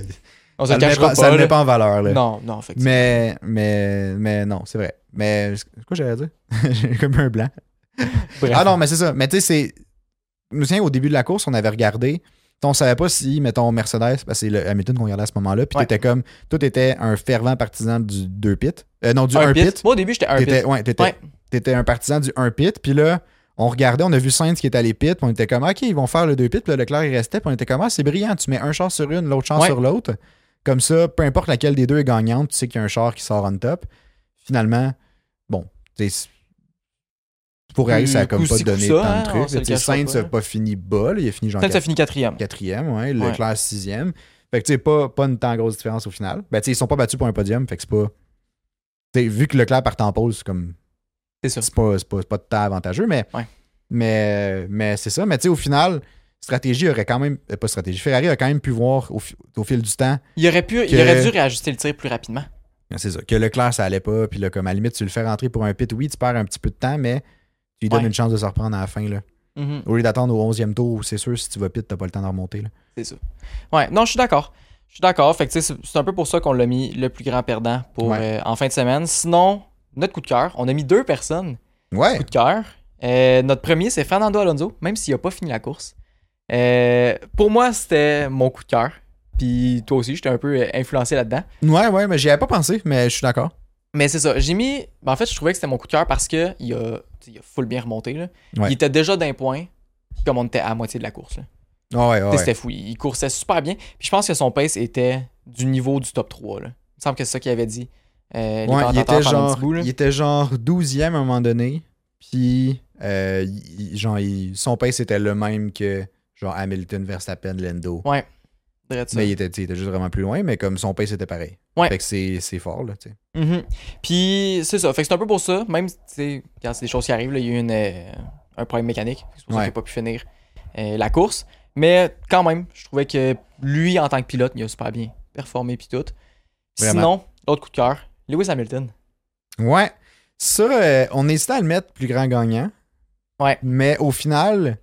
On se
ça
le
le met
cachera
pas,
pas.
ça le
là.
met pas en valeur. Là.
Non, non, fait
Mais, mais, mais non, c'est vrai. Mais c'est quoi j'allais dire? J'ai comme un blanc. Ah non, mais c'est ça. Mais tu sais, c'est. Je me souviens, au début de la course, on avait regardé. On savait pas si, mettons, Mercedes, parce que c'est le Hamilton qu'on regardait à ce moment-là, puis
Ouais.
t'étais comme. Toi, t'étais un fervent partisan du 2 pit. Euh, non, du 1
un
pit.
pit. Moi, au début, j'étais un
T'étais,
pit.
ouais, t'étais,
Ouais.
t'étais un partisan du 1 pit. Puis là, on regardait, on a vu Sainz qui est allé pit. puis on était comme, OK, ils vont faire le 2 pit. Puis là, Leclerc, il restait. Puis on était comme, ah, c'est brillant. Tu mets un chance sur une, l'autre chance
Ouais.
sur l'autre. Comme ça, peu importe laquelle des deux est gagnante, tu sais qu'il y a un char qui sort on top. Finalement, bon, tu sais, pour Harry,
Puis,
ça a comme
coup
pas
ci, coup
donné
ça,
tant
hein,
de
on
trucs.
se le
Tu sais,
cachera
Sainz
pas. hein.
n'a pas fini bas, là, il a fini genre
Peut-être ça finit quatrième.
quatrième, ouais,
Ouais.
Leclerc sixième. Fait que tu sais, pas, pas une tant grosse différence au final. Ben tu sais, ils sont pas battus pour un podium, fait que c'est pas. tu sais, vu que Leclerc part en pause, c'est comme.
C'est ça.
C'est pas, c'est pas, c'est pas tant avantageux, mais.
Ouais.
Mais, mais c'est ça. Mais tu sais, au final, stratégie aurait quand même. euh, Pas stratégie. Ferrari a quand même pu voir au, fi- au fil du temps.
Il aurait, pu, il
Que-
aurait dû réajuster le tir plus rapidement.
C'est ça. Que Leclerc, ça allait pas. Puis là, comme à la limite, tu le fais rentrer pour un pit. Oui, tu perds un petit peu de temps, mais tu lui donnes
Ouais.
une chance de se reprendre à la fin. Là.
Mhm,
Au lieu d'attendre au 11e tour, où c'est sûr, si tu vas pit, t'as pas le temps de remonter. là.
C'est ça. Ouais, non, je suis d'accord. Je suis d'accord. Fait que tu sais, c'est c'est un peu pour ça qu'on l'a mis le plus grand perdant pour,
Ouais.
euh, en fin de semaine. Sinon, notre coup de cœur, on a mis deux personnes
Ouais.
coup de cœur. Euh, notre premier, c'est Fernando Alonso, même s'il n'a pas fini la course. Euh, pour moi, c'était mon coup de cœur. Puis toi aussi, j'étais un peu euh, influencé là-dedans.
Ouais, ouais, mais j'y avais pas pensé, mais je suis d'accord.
Mais c'est ça, j'ai mis. ben, en fait, je trouvais que c'était mon coup de cœur parce que il a, tu sais, il a full bien remonté. là.
Ouais.
Il était déjà d'un point, comme on était à la moitié de la course. là.
Ah ouais, ouais,
Tu sais,
ouais.
C'était fou. Il il coursait super bien. Puis je pense que son pace était du niveau du top 3. Là. Il me semble que c'est ça qu'il avait dit. Euh, les
Ouais, il,
commentateurs
était
pendant un
genre,
petit bout, là.
il était genre 12e à un moment donné. Puis, euh, il- il- genre, il- son pace était le même que genre Hamilton, Verstappen, Lando.
Drette ça.
Mais ben, il était, tu sais, il était juste vraiment plus loin, mais comme son pace était pareil.
Ouais.
Fait que c'est c'est fort, là, tu sais.
Mhm. Puis c'est ça. Fait que c'est un peu pour ça. Même tu sais, quand c'est des choses qui arrivent, là, il y a eu une, euh, un problème mécanique. C'est pour ça
Ouais.
qu'il n'a pas pu finir euh, la course. Mais quand même, je trouvais que lui, en tant que pilote, il a super bien performé puis tout.
Vraiment.
Sinon, l'autre coup de cœur, Lewis Hamilton.
Ouais. Ça, euh, on hésitait à le mettre plus grand gagnant.
Ouais.
Mais au final,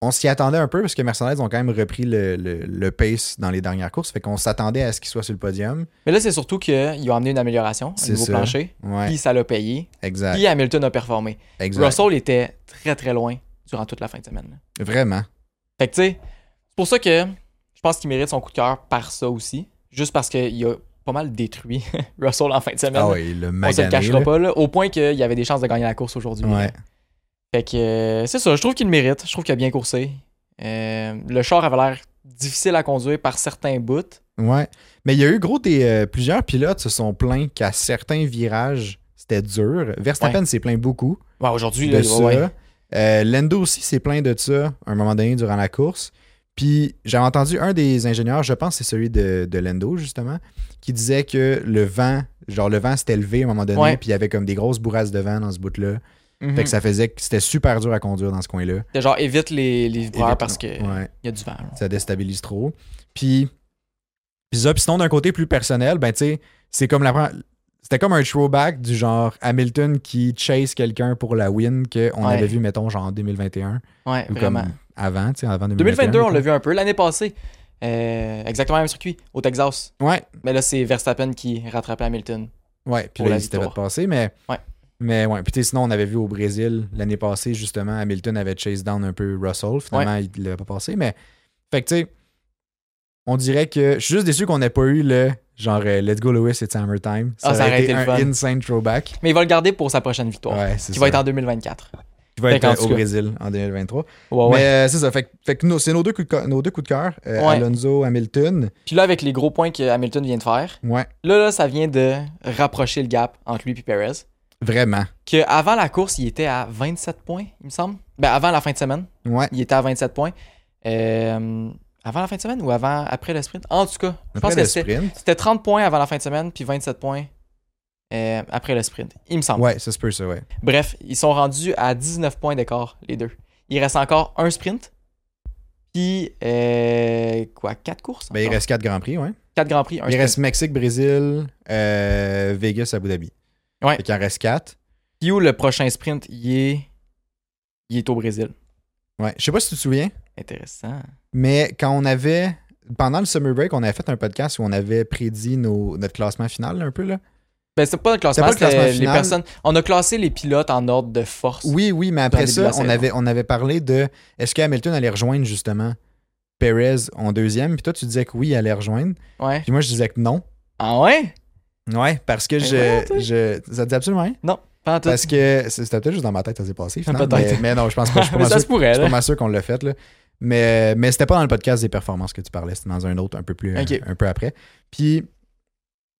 on s'y attendait un peu parce que Mercedes ont quand même repris le, le- le pace dans les dernières courses. Fait qu'on s'attendait à ce qu'il soit sur le podium.
Mais là, c'est surtout qu'ils ont amené une amélioration au
C'est
niveau
ça.
plancher.
Ouais,
Puis ça l'a payé.
exact.
Puis Hamilton a performé.
exact.
Russell était très très loin durant toute la fin de semaine. là.
Vraiment.
Fait que tu sais, c'est pour ça que je pense qu'il mérite son coup de cœur par ça aussi. Juste parce qu'il a pas mal détruit Russell en fin de semaine.
Ah ouais, le
On se le
magané,
cachera
là.
pas, là, au point qu'il y avait des chances de gagner la course aujourd'hui.
Ouais.
Fait que euh, c'est ça, je trouve qu'il le mérite. Je trouve qu'il a bien coursé. Euh, le char avait l'air difficile à conduire par certains bouts.
Ouais. Mais il y a eu gros des. euh, plusieurs pilotes se sont plaints qu'à certains virages, c'était dur. Verstappen s'est plaint beaucoup
Ouais, aujourd'hui,
de
là,
ça.
ouais, ouais.
Euh, Lando aussi s'est plaint de ça à un moment donné durant la course. Puis j'avais entendu un des ingénieurs, je pense que c'est celui de, de Lando justement, qui disait que le vent, genre le vent s'était levé à un moment donné,
Ouais.
puis il y avait comme des grosses bourrasques de vent dans ce bout-là.
Mhm.
Fait que ça faisait que c'était super dur à conduire dans ce coin-là.
C'était genre évite les, les vibreurs
Évite-
parce que il
Ouais.
y a du vent. là.
ça déstabilise trop. Puis, puis ça, puis sinon, d'un côté plus personnel, ben tu sais, c'est comme la pre- C'était comme un throwback du genre Hamilton qui chase quelqu'un pour la win qu'on
Ouais.
avait vu, mettons, genre en 2021.
Ouais,
Ou
vraiment.
comme avant, tu sais, avant 2021.
2022, on l'a vu un peu. L'année passée, euh, exactement le même circuit, au Texas.
Ouais,
Mais là, c'est Verstappen qui rattrapait Hamilton.
ouais. Puis
Pour
là,
la
il s'était fait
victoire.
passer, mais.
Ouais.
Mais ouais. Puis tu sais, sinon, on avait vu au Brésil l'année passée, justement, Hamilton avait chase down un peu Russell. Finalement, il l'avait pas passé, mais. Fait que tu sais, on dirait que. Je suis juste déçu qu'on n'ait pas eu le genre euh, Let's Go Lewis, it's hammer time.
Ah, ça aurait été
un
le fun.
insane throwback.
Mais il va le garder pour sa prochaine victoire,
Ouais, c'est
qui
ça.
va être en 2024.
Qui va
Fait
être,
qu'en
euh,
tout
au
cas-
Brésil en 2023.
Ouais,
Mais
Oh, ouais.
euh, c'est ça. Fait, que- fait que nos- c'est nos deux coups de cœur, nos deux coups de cœur, euh,
Ouais.
Alonso, Hamilton.
Puis là, avec les gros points que Hamilton vient de faire,
Ouais,
là, là ça vient de rapprocher le gap entre lui et Perez.
vraiment.
Que avant la course, il était à 27 points, il me semble. Ben, avant la fin de semaine,
Ouais.
il était à 27 points. Euh, avant la fin de semaine ou avant après le sprint En tout cas, je pense
Après
que
le
c'était
sprint.
c'était 30 points avant la fin de semaine, puis 27 points euh, après le sprint, il me semble.
Ouais, ça se peut, ça, ouais.
Bref, ils sont rendus à 19 points d'écart, les deux. Il reste encore un sprint. Puis, euh, quoi, 4 courses
Ben, il reste quatre Grands Prix, ouais.
4 Grands Prix, un
il
sprint.
reste Mexique, Brésil, euh, Vegas, Abu Dhabi.
Ouais.
Fait qu'il en reste quatre.
Puis où le prochain sprint, il est, il est au Brésil.
Ouais. Je sais pas si tu te souviens,
Intéressant.
mais quand on avait. Pendant le summer break, on avait fait un podcast où on avait prédit nos- notre classement final, un peu, là.
Ben, c'est pas le classement,
pas le classement
c'était les
final.
personnes. On a classé les pilotes en ordre de force.
Oui, oui, mais
Dans
après
le début
ça,
de la
on
saison.
avait, on avait parlé de est-ce que Hamilton allait rejoindre justement Perez en deuxième, puis toi tu disais que oui, il allait rejoindre,
Ouais.
puis moi je disais que non.
Ah ouais?
Ouais, parce que
Ben voyons,
je,
toi.
je. Ça te dit absolument rien?
Non, pas en tout.
Parce que c'était peut-être juste dans ma tête, ça s'est passé. finalement,
Peut-être.
Mais, mais non, je pense pas. Je suis pas
Mais
mal
ça
sûr,
se pourrait,
je suis
là.
pas mal sûr qu'on l'a fait. Là. Mais, mais c'était pas dans le podcast des performances que tu parlais, c'était dans un autre un peu plus
Ok.
un, un peu après. Puis,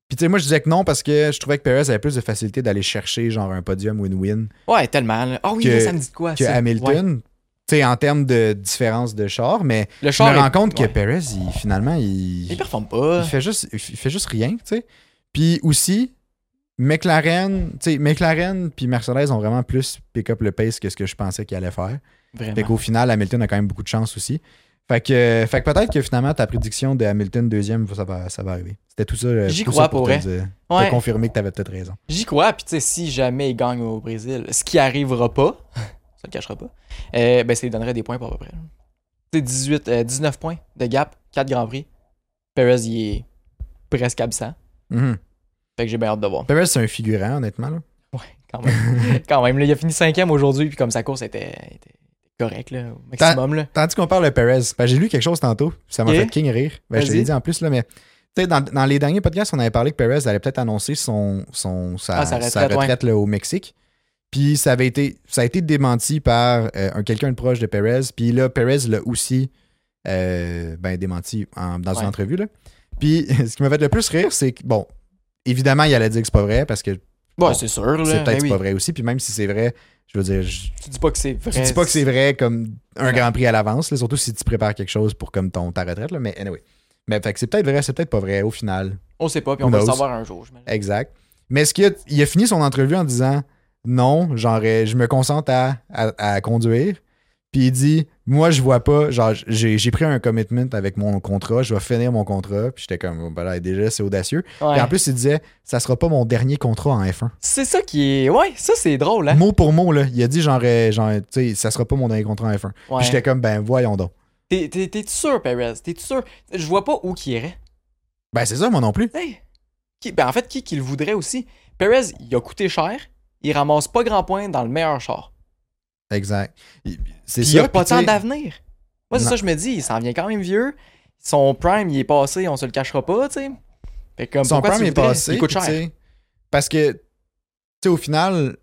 puis tu sais, moi je disais que non parce que je trouvais que Perez avait plus de facilité d'aller chercher genre un podium win-win
Ouais, tellement. là. Ah oui,
Que-
là, ça me dit de quoi?
que
ça? Ouais.
Hamilton. Tu sais, en termes de différence de char, mais
Le
je
char,
me
il-
rends compte que
ouais.
Perez, il, finalement, il,
il performe pas.
il fait juste il fait juste rien, tu sais. Puis aussi McLaren, tu sais, McLaren puis Mercedes ont vraiment plus pick up le pace que ce que je pensais qu'ils allaient faire. Fait
Vraiment.
qu'au final, Hamilton a quand même beaucoup de chance aussi. Fait que, euh, fait que peut-être que finalement, ta prédiction de Hamilton deuxième, ça va, ça va arriver. C'était tout ça. euh,
J'y
tout
crois
ça
pour
te
vrai.
dire- te
Ouais,
confirmer que t'avais peut-être raison.
j'y crois. Puis tu sais, si jamais il gagne au Brésil, ce qui arrivera pas, ça le cachera pas, euh, ben ça lui donnerait des points pour à peu près. Tu sais, 18, euh, 19 points de gap, 4 Grands Prix. Perez, il est presque absent.
Mhm.
Fait que j'ai bien hâte de voir.
Perez, c'est un figurant, honnêtement. là.
Ouais, quand même. quand même, là, il a fini cinquième aujourd'hui, puis comme sa course était, était correcte, là, au maximum, là.
Tandis qu'on parle de Perez, parce que j'ai lu quelque chose tantôt, puis ça m'a
Ok.
fait king rire. Ben, je te l'ai
Vas-y.
dit en plus, là, mais tu sais, dans, dans les derniers podcasts, on avait parlé que Perez allait peut-être annoncer son, son, sa,
Ah, sa
sa
retraite, ouais.
retraite là, au Mexique. Puis ça avait été ça a été démenti par euh, un- quelqu'un de proche de Perez. Puis là, Perez l'a aussi euh, ben, démenti en- dans
Ouais.
une entrevue. Là. Puis ce qui m'a fait le plus rire, c'est que, bon, évidemment, il allait dire que c'est pas vrai parce que
Bon, c'est sûr, là.
c'est
ben
peut-être
oui.
pas vrai aussi. Puis même si c'est vrai, je veux dire, je-
Tu dis pas que c'est vrai.
tu dis pas que c'est vrai comme un
Non.
grand prix à l'avance, là, surtout si tu prépares quelque chose pour comme ton, ta retraite, là, mais anyway. Mais fait que c'est peut-être vrai, c'est peut-être pas vrai au final.
On sait pas, puis
Who
on va le
knows?
savoir un jour, j'imagine.
Exact. Mais ce qu'il a, il a fini son entrevue en disant non, genre euh, je me concentre à, à- à conduire. Puis il dit Moi, je vois pas, genre j'ai j'ai pris un commitment avec mon contrat, je vais finir mon contrat. Puis j'étais comme Oh, ben là, déjà, c'est audacieux.
Ouais.
Et en plus, il disait Ça sera pas mon dernier contrat en F1.
C'est ça qui est. Ouais, ça c'est drôle, hein.
Mot pour mot, là, il a dit genre, euh, genre tu sais, ça sera pas mon dernier contrat en F1.
Ouais.
Puis j'étais comme Ben voyons donc.
T'es- T'es t'es-tu sûr, Perez? T'es-tu sûr? Je vois pas où qu'il irait.
Ben c'est ça, moi non plus.
Hey! Qui- ben, en fait, qui, qui le voudrait aussi? Perez, il a coûté cher. Il ramasse pas grand point dans le meilleur char.
Exact. Il- C'est
Puis
ça.
il a
puis
pas
tu sais,
tant d'avenir. Moi, c'est
Non.
ça que je me dis. Il s'en vient quand même vieux. Son prime, il est passé, on se le cachera pas, tu sais. Fait comme,
Son
pourquoi
prime
tu
est
voudrais?
passé.
Il coûte
puis
cher.
tu sais, Parce que, tu sais, au final,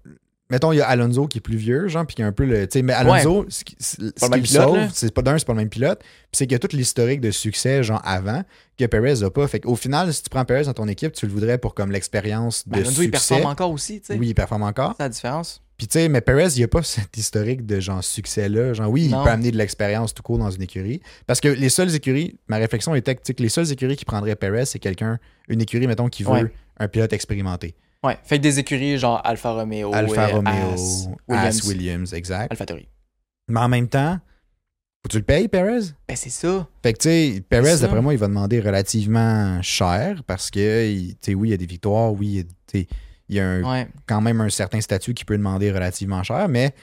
mettons, il y a Alonso qui est plus vieux, genre, puis qui a un peu le. Tu sais, mais Alonso, ce qui, ce- ce
pas le
qui
même
le
pilote,
sauve,
là.
c'est pas d'un, c'est pas le même pilote. Puis c'est qu'il y a tout l'historique de succès, genre, avant, que Perez a pas. Fait qu'au final, si tu prends Perez dans ton équipe, tu le voudrais pour comme l'expérience de
Ben, Alonso,
succès.
il performe encore aussi, tu sais.
Oui, il performe encore.
C'est la différence.
Puis tu sais, mais Perez, il n'y a pas cet historique de genre succès-là. Genre, oui, il
Non.
peut amener de l'expérience tout court dans une écurie. Parce que les seules écuries, ma réflexion était que, tu sais, que les seules écuries qui prendraient Perez, c'est quelqu'un, une écurie, mettons, qui veut
Ouais.
un pilote expérimenté.
Ouais. Fait que des écuries genre Alfa Romeo,
Alfa
euh,
Romeo,
Haas,
Williams.
Williams,
Williams, exact.
Alfa Tauri.
Mais en même temps, faut que tu le payes, Perez?
Ben, c'est ça.
Fait que, tu sais, Perez,
C'est ça.
d'après moi, il va demander relativement cher parce que, il- tu sais, oui, il y a des victoires, oui, il y a- tu sais, il y a un
Ouais.
quand même un certain statut qui peut demander relativement cher, mais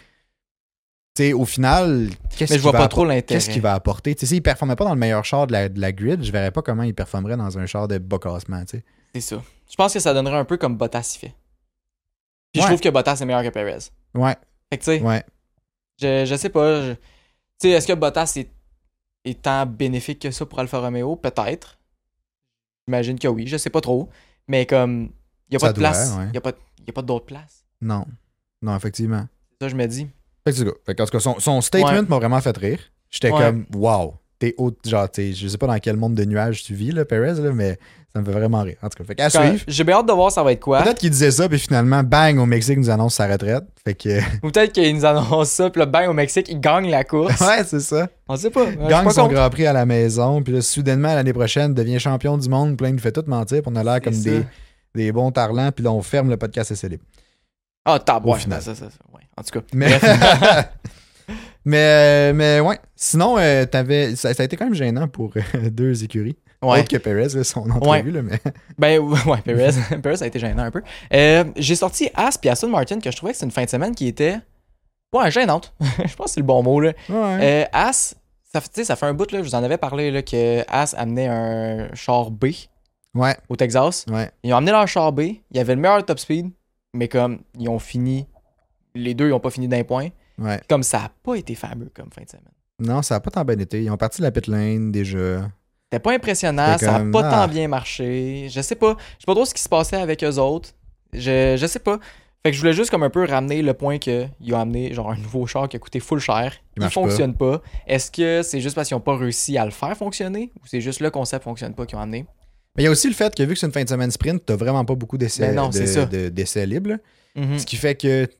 tu sais, au final, qu'est-ce
Mais
qu'il
je vois
va,
pas
appor-
trop l'intérêt.
qu'est-ce qu'il va apporter? Tu sais, S'il ne performait pas dans le meilleur char de la, de la grid, je verrais pas comment il performerait dans un char de bas classement. tu sais.
C'est ça. Je pense que ça donnerait un peu comme Bottas y fait. Puis
Ouais.
je trouve que Bottas est meilleur que Perez.
Ouais,
Fait que tu sais,
ouais.
je, je sais pas. je- Tu sais, est-ce que Bottas est, est tant bénéfique que ça pour Alfa Romeo? Peut-être. J'imagine que oui, je sais pas trop. Mais comme, il y a pas
Ça
de
doit,
place.
ouais.
Il y a pas, y a pas d'autre place.
Non. Non, effectivement.
Ça, je me dis.
Fait que c'est ça. Fait qu'en tout cas, son, son statement
Ouais.
m'a vraiment fait rire. J'étais
Ouais.
comme Wow! T'es haut, genre, t'es, je sais pas dans quel monde de nuages tu vis, là, Perez, là, mais ça me fait vraiment rire. En tout cas, fait qu'à
Quand-
suivre.
J'ai bien hâte de voir ça va être quoi.
Peut-être qu'il disait ça, puis finalement, bang, au Mexique, nous annonce sa retraite. Fait que.
Ou peut-être qu'ils nous annoncent ça, puis le bain au Mexique, il gagne la course.
ouais, c'est ça.
On sait pas. Je suis
gagne
pas
son
contre.
Grand Prix à la maison, puis là, soudainement, l'année prochaine, devient champion du monde, plein de fait tout mentir, puis on a l'air
C'est
comme
ça.
des, des bons tarlants, puis là, on ferme le podcast et c'est libre.
Ah, tab,
Au
ouais,
final.
ça, ça, ça, ouais. En tout cas.
Mais,
Bref.
mais, euh, mais ouais, sinon, euh, t'avais, ça, ça a été quand même gênant pour euh, deux écuries.
ouais.
Autre que Perez, là, son entrevue, là, mais
Ben, ouais, Perez, Perez a été gênant un peu. Euh, J'ai sorti Asp et Aston Martin que je trouvais que c'est une fin de semaine qui était. Ouais, gênante. je pense que c'est le bon mot, là.
ouais.
Euh, As, ça, fait- tu sais, ça fait un bout, là, je vous en avais parlé, là, que As amenait un char B
ouais,
au Texas.
ouais.
Ils ont amené leur char B, il y avait le meilleur top speed, mais comme ils ont fini, les deux, ils ont pas fini d'un point.
Ouais.
Comme ça a pas été fameux comme fin de semaine.
Non, ça a pas tant bien été. Ils ont parti de la pit lane déjà.
C'était pas impressionnant,
C'était
ça a
comme,
pas
ah.
tant bien marché. Je sais pas, je sais pas trop ce qui se passait avec eux autres. Je, je sais pas. Fait que je voulais juste comme un peu ramener le point qu'ils ont amené genre un nouveau char qui a coûté full cher, il,
marche pas.
fonctionne pas. Est-ce que c'est juste parce qu'ils ont pas réussi à le faire fonctionner ou c'est juste le concept fonctionne pas qu'ils ont amené
Mais il y a aussi le fait que vu que c'est une fin de semaine sprint, t'as vraiment pas beaucoup d'essais
Ben non, c'est ça.
de- de- d'essais libres. là.
Mhm.
Ce qui fait que, tu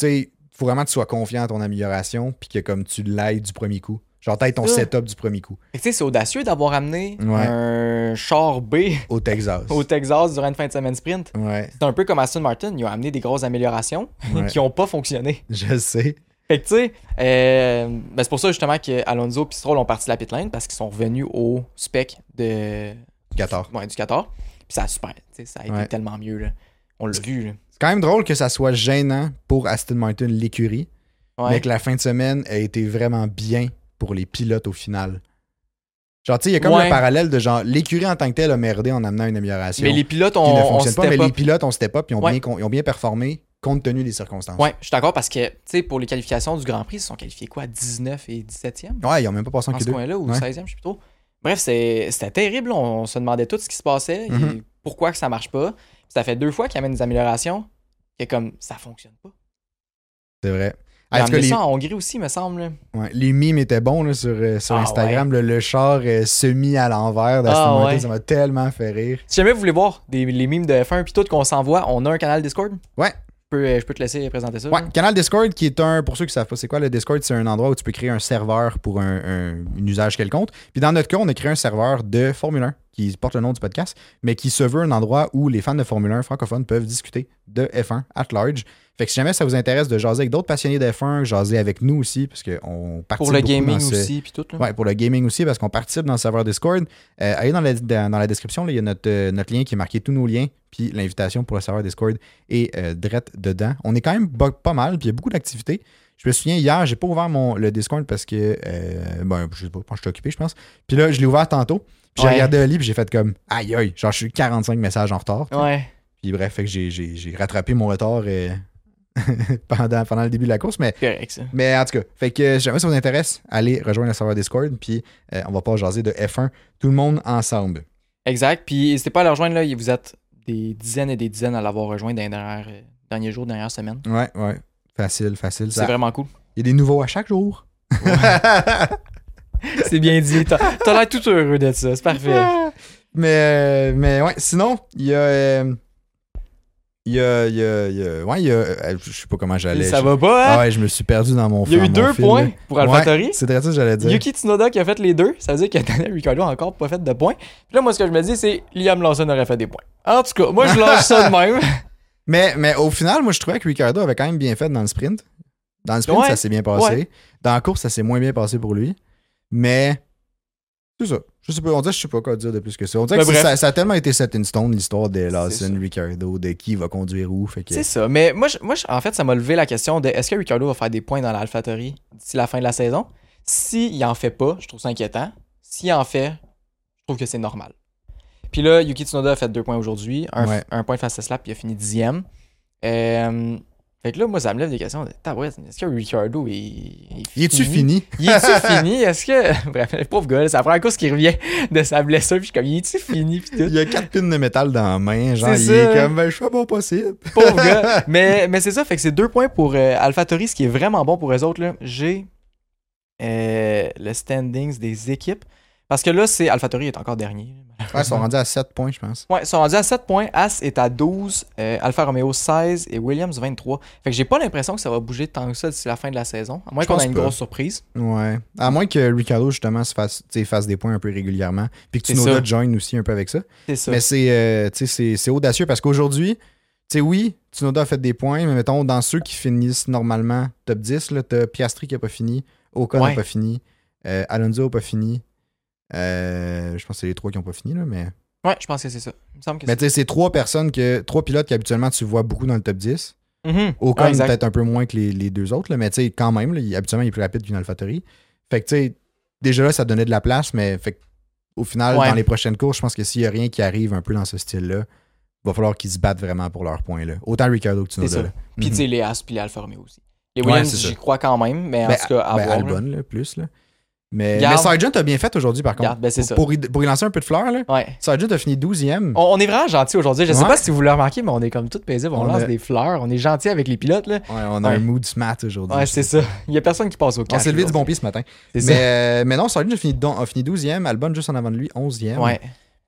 sais, faut vraiment que tu sois confiant à ton amélioration, puis que comme tu l'ailles du premier coup. Genre, t'ailles ton
Ça.
setup du premier coup
Fait que, tu sais, c'est audacieux d'avoir amené
Ouais.
un char B
au Texas.
au Texas durant une fin de semaine sprint.
ouais,
C'est un peu comme Aston Martin, ils ont amené des grosses améliorations
ouais.
qui ont pas fonctionné.
je sais.
Fait que tu sais, euh, ben, c'est pour ça justement que Alonso et Stroll ont parti de la pit lane parce qu'ils sont revenus au spec de
Qatar.
bon, du 14. Puis ça a super, tu sais, ça a été
Ouais.
tellement mieux là. On l'a vu là.
C'est quand même drôle que ça soit gênant pour Aston Martin, l'écurie,
Ouais.
mais que la fin de semaine a été vraiment bien pour les pilotes au final. Genre, tu sais, il y a comme
Ouais.
le parallèle de genre, l'écurie en tant que telle a merdé en amenant une amélioration
Mais les pilotes ont,
qui ne
on
fonctionne pas, mais
step
les
up.
pilotes ont step up, puis ont,
Ouais.
bien, con- ils ont bien performé compte tenu des circonstances.
Ouais, je suis d'accord parce que tu sais, pour les qualifications du Grand Prix, ils se sont qualifiés quoi 19 et 17e
Ouais, ils ont même pas passé en
dans ce
Q2.
coin-là ou
Ouais.
16e, je sais plus trop. Bref, c'est- c'était terrible. On, se demandait tout ce qui se passait, et
Mhm.
pourquoi que ça marche pas. Puis ça fait deux fois qu'ils amènent des améliorations et comme ça fonctionne pas.
C'est vrai.
Ils
Ah,
ont
en tout cas,
amené
les,
ça en Hongrie aussi, me semble. là.
ouais, les mimes étaient bons là, sur, euh, sur
Ah,
Instagram. là, le char euh, semi à l'envers d'Aston
Ah,
Martin,
ouais.
ça m'a tellement fait rire.
Si jamais vous voulez voir des- les mimes de F1 puis tout qu'on s'envoie, on a un canal Discord.
Ouais.
Je peux, euh, je peux te laisser présenter ça.
Ouais,
là.
canal Discord qui est un, pour ceux qui savent pas c'est quoi, le Discord c'est un endroit où tu peux créer un serveur pour un, un- un usage quelconque. Puis dans notre cas, on a créé un serveur de Formule 1 qui porte le nom du podcast, mais qui se veut un endroit où les fans de Formule 1 francophones peuvent discuter de F1 at large. Fait que si jamais ça vous intéresse de jaser avec d'autres passionnés de F1, jaser avec nous aussi, parce qu'on participe
Pour le
beaucoup
gaming
dans ce-
aussi puis tout. là.
Ouais, pour le gaming aussi, parce qu'on participe dans le serveur Discord. Euh, allez dans la, dans, dans la description, là, il y a notre, euh, notre lien qui est marqué tous nos liens, puis l'invitation pour le serveur Discord est euh, drette dedans. On est quand même bo- pas mal, puis il y a beaucoup d'activités. Je me souviens, hier, j'ai pas ouvert mon, le Discord parce que, euh, ben, je sais pas, je pense que j'étais occupé, je pense. Puis là, je l'ai ouvert tantôt. Puis j'ai
Ouais.
regardé Oli, puis j'ai fait comme, aïe aïe, genre je suis 45 messages en retard.
Ouais.
Puis bref, fait que j'ai- j'ai j'ai rattrapé mon retard euh, pendant, pendant le début de la course, mais
Correct, ça.
mais en tout cas, fait que euh, si jamais ça vous intéresse, allez rejoindre le serveur Discord, puis euh, on va pas jaser de F1 tout le monde ensemble.
Exact. Puis n'hésitez pas à le rejoindre là. Vous êtes des dizaines et des dizaines à l'avoir rejoint dans les dernières, euh, derniers jours, dernières semaines.
Ouais, ouais. Facile, facile.
C'est
Ça.
vraiment cool.
Il y a des nouveaux à chaque jour.
C'est bien dit. T'as t'as l'air tout heureux de ça. C'est parfait.
Ah! mais, euh, mais ouais, sinon, il y a. euh, Il y a. il y a- il y a- ouais, il y a. euh, Je sais pas comment j'allais.
Ça
Je-
va pas, hein?
Ah ouais, je me suis perdu dans mon
Il y a
dans
eu
mon
deux
fil,
points
là.
pour AlphaTauri.
Ouais, c'est très ça que j'allais dire.
Yuki Tsunoda qui a fait les deux, ça veut dire que Daniel Ricciardo a encore pas fait de points. Puis là, moi, ce que je me dis, c'est Liam Lawson aurait fait des points. En tout cas, moi, je lâche ça de même.
Mais, mais au final, moi, je trouvais que Ricardo avait quand même bien fait dans le sprint. Dans le sprint,
Ouais,
ça s'est bien passé.
ouais.
Dans la course, ça s'est moins bien passé pour lui. Mais c'est ça. Je sais pas, on dirait que je sais pas quoi dire de plus que ça. On dirait
Mais
que
bref.
ça, ça a tellement été set in stone l'histoire de
C'est
Lawson,
ça.
Ricardo, de qui va conduire où. Fait que,
C'est ça. Mais moi, je- moi je- en fait, ça m'a levé la question de est-ce que Ricardo va faire des points dans l'AlphaTauri d'ici la fin de la saison S'il en fait pas, je trouve ça inquiétant. S'il en fait, je trouve que c'est normal. Puis là, Yuki Tsunoda a fait deux points aujourd'hui, un,
Ouais.
un point face à Slap, puis il a fini dixième. Euh, fait que là, moi, ça me lève des questions. de, Tabarouette, Est-ce que Ricardo est.
il est-tu fini?
Il est-tu fini? Est-ce que. Bref, le pauvre gars, là, c'est la première course qui revient de sa blessure, puis je suis comme, il est-tu fini? Puis tout.
Il a quatre pins de métal dans la main. Genre,
C'est
il
ça.
est comme, ben, je suis pas bon possible.
pauvre gars. Mais, mais c'est ça, fait que c'est deux points pour euh, AlphaTauri, ce qui est vraiment bon pour eux autres. là. J'ai euh, le standings des équipes. Parce que là, c'est AlphaTauri est encore dernier.
Ouais, ils sont rendus à 7 points, je pense.
Ouais, ils sont rendus à 7 points. As est à 12, euh, Alfa Romeo 16 et Williams 23. Fait que j'ai pas l'impression que ça va bouger tant que ça d'ici la fin de la saison. À moins
Je
qu'on
pense
ait une
pas.
grosse surprise.
Ouais. À moins que Ricardo, justement, se fasse, tu sais, fasse des points un peu régulièrement. Puis que
C'est
Tsunoda
ça.
join aussi un peu avec ça.
C'est ça.
Mais c'est euh, tu sais, c'est- c'est audacieux parce qu'aujourd'hui, tu sais, oui, Tsunoda a fait des points, mais mettons, dans ceux qui finissent normalement top 10, là, t'as Piastri qui n'a pas fini, Ocon n'a
Ouais.
pas fini, euh, Alonso n'a pas fini. Euh, je pense que c'est les trois qui n'ont pas fini, là, mais.
Ouais, je pense que c'est ça. Il me semble que
Mais tu sais, c'est trois personnes que. Trois pilotes qu'habituellement tu vois beaucoup dans le top 10.
c'est. Mhm.
Ocon
Ouais, exact.
peut-être un peu moins que les, les deux autres, là, mais tu sais, quand même, là, il- habituellement, il est plus rapide qu'une AlphaTauri. Fait que tu sais, déjà là, ça donnait de la place, mais fait que, au final,
Ouais.
dans les prochaines courses, je pense que s'il n'y a rien qui arrive un peu dans ce style-là, il va falloir qu'ils se battent vraiment pour leurs points. Là. Autant Ricardo que
C'est ça.
Tsunoda. là.
Puis
Mhm.
tu sais, les As puis les Alfa Romeo aussi. Les
Ouais,
Williams,
c'est ça.
j'y crois quand même, mais en
Ben,
tout cas, à
ben,
voir. là.
Albon, là, plus. Là. Mais, mais
Garde.
Sargent a bien fait aujourd'hui, par contre.
Garde, ben, c'est
pour,
ça.
pour y, pour y lancer un peu de fleurs, là,
Ouais.
Sargent a fini 12e.
On, on est vraiment gentil aujourd'hui. Je sais
Ouais.
pas si vous le remarquez, mais on est comme tout paisible. On,
On
lance
a-
des fleurs. On est gentil avec les pilotes. Là.
Ouais, on a
Ouais.
un mood smart aujourd'hui.
Ouais, c'est ça. Il y a personne qui passe au
on
cash.
s'est levé du bon
aujourd'hui.
pied ce matin.
C'est
Mais, euh, mais non, Sargent a fini, don- a fini 12e, Albon juste en avant de lui, 11e.
ça. Ouais.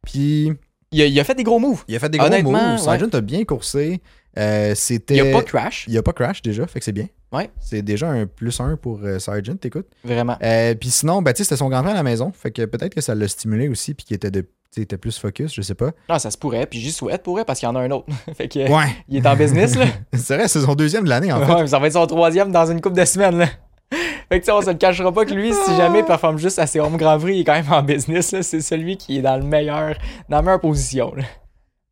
Puis
Il a, il a fait des gros moves.
il a fait des gros
Honnêtement,
moves.
ouais.
Sargent a bien coursé. Euh,
Il
C'était.
n'y a pas crash.
Il a pas crash déjà, fait que c'est bien.
Ouais.
C'est déjà un plus un pour euh, Sargent, t'écoutes.
Vraiment.
Euh, puis sinon, ben, tu sais, c'était son grand-père à la maison, fait que peut-être que ça l'a stimulé aussi, puis qu'il était, de- tu sais, était plus focus, je sais pas.
Non, ça se pourrait. Puis j'y souhaite pour elle parce qu'il y en a un autre. fait que,
Ouais,
Il est en business. là.
c'est vrai, c'est son deuxième de l'année en fait.
Ouais, mais ça va être son troisième dans une coupe de semaines. Là. Fait que tu sais, on se le cachera pas que lui,
Ah.
si jamais il performe juste à ses home Grand Prix, il est quand même en business. là. C'est celui qui est dans le meilleur, dans la meilleure position. là.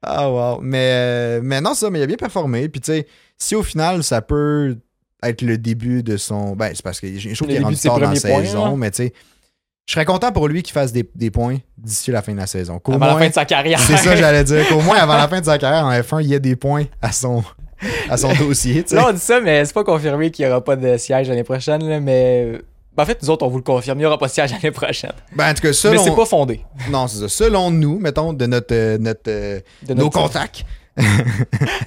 Ah, wow. Mais, euh, mais non, ça, mais il a bien performé. Puis, tu sais, si au final, ça peut être le début de son. Ben, c'est parce que je je trouve qu'il est
Le début
rendu
de ses
tard dans la
premiers points,
saison,
là.
mais tu sais, je serais content pour lui qu'il fasse des, des points d'ici la fin de la saison. Qu'au
Avant Ah, ben, la
moins-
fin de sa carrière.
C'est ça, j'allais dire. Qu'au moins, avant la fin de sa carrière en F1, il y a des points à son, à son dossier, tu sais.
Là, on dit ça, mais c'est pas confirmé qu'il y aura pas de siège l'année prochaine. là, mais Ben, en fait, nous autres, on vous le confirme, il y aura pas de siège l'année prochaine.
Ben, en tout cas,
Mais
selon,
c'est pas fondé.
non, c'est ça. selon nous, mettons, de notre, euh, notre, euh,
De
nos
notre-
contacts,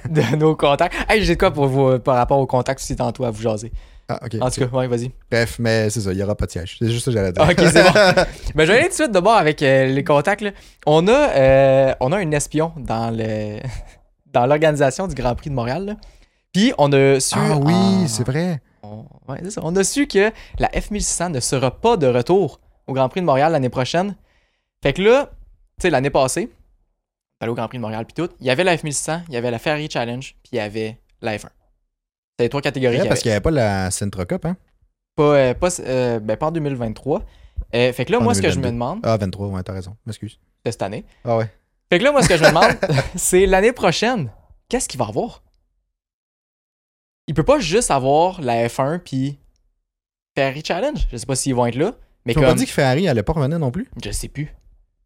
de nos contacts. Hey, j'ai de quoi pour vous, euh, par rapport aux contacts aussi tantôt à vous jaser.
Ah, ok.
En tout cas, ouais, vas-y.
Bref, mais c'est ça, il n'y aura pas de siège. C'est juste ça que j'allais dire.
Ok, c'est bon. Mais je vais aller tout de suite d'abord avec euh, les contacts. là. On, a, euh, on a un espion dans le dans l'organisation du Grand Prix de Montréal. là. Puis on a su.
ah oui,
en-
c'est vrai.
on- ouais, c'est ça. On a su que la F1600 ne sera pas de retour au Grand Prix de Montréal l'année prochaine. Fait que là, tu sais, l'année passée, on est allé au Grand Prix de Montréal, puis tout. Il y avait la F1600, il y avait la Ferrari Challenge, puis il y avait la F1. C'était les trois catégories.
Ouais,
qu'il y
parce
avait.
qu'il n'y avait pas la Centra Cup, hein?
Pas, euh, pas, euh, ben, pas en 2023. Euh, fait que là,
Pas en
moi, ce que je me
2022.
demande,
Ah, 23, ouais, t'as raison. M'excuse.
c'est cette année.
Ah ouais.
Fait que là, moi, ce que je me demande, c'est l'année prochaine, qu'est-ce qu'il va avoir? Il peut pas juste avoir la F1 puis Ferrari Challenge. Je sais pas s'ils vont être là, mais
Tu m'as pas
comme...
dit que Ferrari allait pas revenir non plus?
Je sais plus.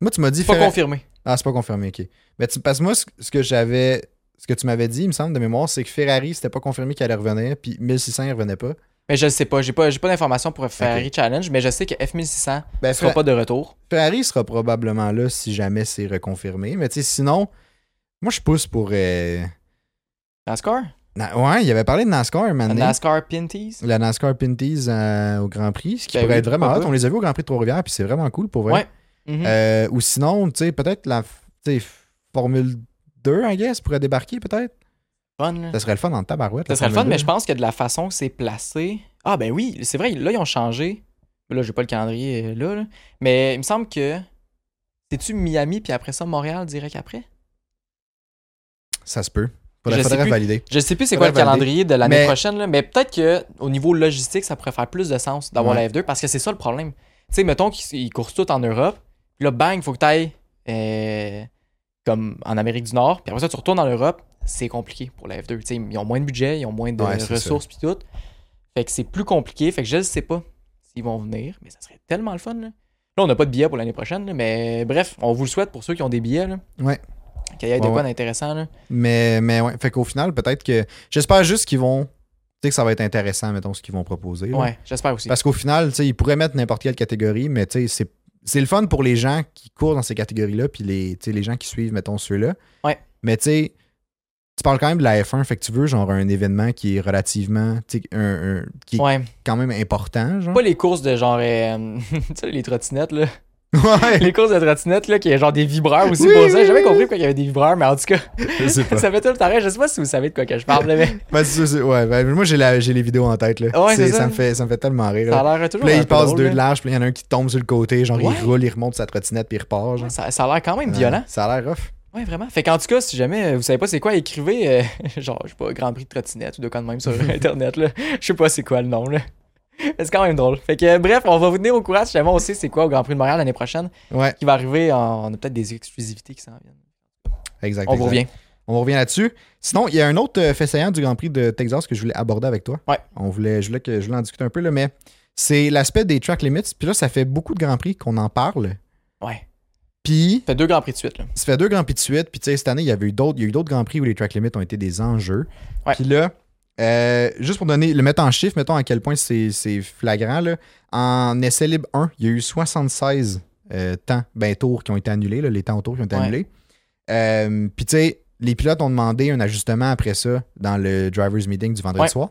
Moi, tu m'as dit
C'est pas
Ferrari-
confirmé.
Ah, c'est pas confirmé, ok. Mais tu- parce que moi, ce ce que j'avais. Ce que tu m'avais dit, il me semble, de mémoire, c'est que Ferrari, c'était pas confirmé qu'elle allait revenir, puis 1600, il revenait pas.
Mais je sais pas. J'ai pas, j'ai pas d'informations pour Ferrari Challenge, mais je sais que F1600
Ben,
sera
Fer-
pas de retour.
Ferrari sera probablement là si jamais c'est reconfirmé. Mais tu sais, sinon, moi, je pousse pour. euh,
NASCAR?
Na- Ouais, il avait parlé de NASCAR, un moment donné.
NASCAR Pinties?
La NASCAR Pinties euh, au Grand Prix, ce qui
Ben
pourrait
oui,
être vraiment
pourquoi
hot.
pas.
On les a vus au Grand Prix de Trois-Rivières, puis c'est vraiment cool pour vrai.
Ouais. Mhm.
Euh, ou sinon, tu sais, peut-être la f- tu sais, Formule 2, I guess, pourrait débarquer peut-être.
Fun, là.
Ça serait le fun en tabarouette.
Ça
la
serait le fun,
Formule
mais
2.
je pense que de la façon que c'est placé. Ah, ben oui, c'est vrai, là, ils ont changé. Là, j'ai pas le calendrier euh, là, là. Mais il me semble que. C'est-tu Miami, puis après ça, Montréal, direct après
Ça se peut. Faudrait,
Je
faudrait
sais plus.
valider.
Je sais plus c'est quoi
Faudrait
le calendrier de l'année
Mais-
prochaine, là, mais peut-être que au niveau logistique, ça pourrait faire plus de sens d'avoir la F2, parce que c'est ça le problème. Tu sais, mettons qu'ils ils courent tout en Europe, puis là, bang, faut que tu ailles comme en Amérique du Nord, puis après ça, tu retournes en Europe, c'est compliqué pour la F2. Tu sais, ils ont moins de budget, ils ont moins de
Ouais, c'est
ressources, puis tout. Fait que c'est plus compliqué, fait que je ne sais pas s'ils vont venir, mais ça serait tellement le fun. Là, Là, on n'a pas de billets pour l'année prochaine, là, mais bref, on vous le souhaite pour ceux qui ont des billets. Là,
Ouais.
Qu'il y ait
Ouais,
des
ouais.
quoi d'intéressant. là.
Mais, mais ouais, fait qu'au final, peut-être que. J'espère juste qu'ils vont. Tu sais que ça va être intéressant, mettons, ce qu'ils vont proposer. là.
Ouais, j'espère aussi.
Parce qu'au final, tu sais, ils pourraient mettre n'importe quelle catégorie, mais tu sais, c'est. C'est le fun pour les gens qui courent dans ces catégories-là, puis les, tu sais, les gens qui suivent, mettons, ceux-là.
Ouais.
Mais tu sais, tu parles quand même de la F1, fait que tu veux, genre, un événement qui est relativement. tu sais, un- un- qui est
Ouais.
quand même important, genre.
Pas les courses de genre. euh, tu sais, les trottinettes, là.
Ouais,
Les courses de trottinettes, là, qui est genre des vibreurs aussi
Oui,
pour
oui,
ça. J'ai jamais
oui.
compris pourquoi il y avait des vibreurs, mais en tout cas,
je sais pas.
ça fait tout le temps rire. Je sais pas si vous savez de quoi que je parle, là, mais
Ben, c'est- c'est- ouais, ben, moi, j'ai la- j'ai les vidéos en tête, là.
Ouais, c'est
C'est-
ça.
ça, me fait, ça me fait tellement rire. là.
ça a l'air toujours.
Puis là,
un
il
peu
passe
drôle,
deux
là.
de large, puis là, il y en a un qui tombe sur le côté, genre,
Ouais.
il roule, il remonte sa trottinette, puis il repart. Genre.
Ouais, ça, ça a l'air quand même
hein. Ouais,
violent.
Ça a l'air rough.
Ouais, vraiment. Fait qu'en tout cas, si jamais euh, vous savez pas c'est quoi, écrivez, euh, genre, je sais pas, Grand Prix de trottinette ou de quoi de même sur Internet, là. Je sais pas c'est quoi le nom, là. Mais C'est quand même drôle. Fait que euh, bref, on va vous tenir au courant si jamais on sait c'est quoi au Grand Prix de Montréal l'année prochaine
Ouais,
qui va arriver. en- On a peut-être des exclusivités qui s'en viennent.
exact.
On vous
exact.
revient.
On revient là-dessus. Sinon, il y a un autre euh, fait saillant du Grand Prix de Texas que je voulais aborder avec toi.
Ouais.
On voulait, je, voulais que, je voulais en discuter un peu, là, mais c'est l'aspect des track limits. Puis là, ça fait beaucoup de Grands Prix qu'on en parle.
Ouais.
Puis,
Fait deux Grands Prix de suite, là.
ça fait deux Grands Prix de suite. Puis, tu sais, cette année, il y avait eu d'autres, il y a eu d'autres Grands Prix où les track limits ont été des enjeux.
Ouais.
Puis là, Euh, juste pour donner, le mettre en chiffre, mettons à quel point c'est c'est flagrant. Là. En essai libre 1, il y a eu 76 euh, temps, ben, tours qui ont été annulés, là, les temps autour qui ont été
Ouais.
annulés. Euh, Puis, tu sais, les pilotes ont demandé un ajustement après ça dans le driver's meeting du vendredi
Ouais.
soir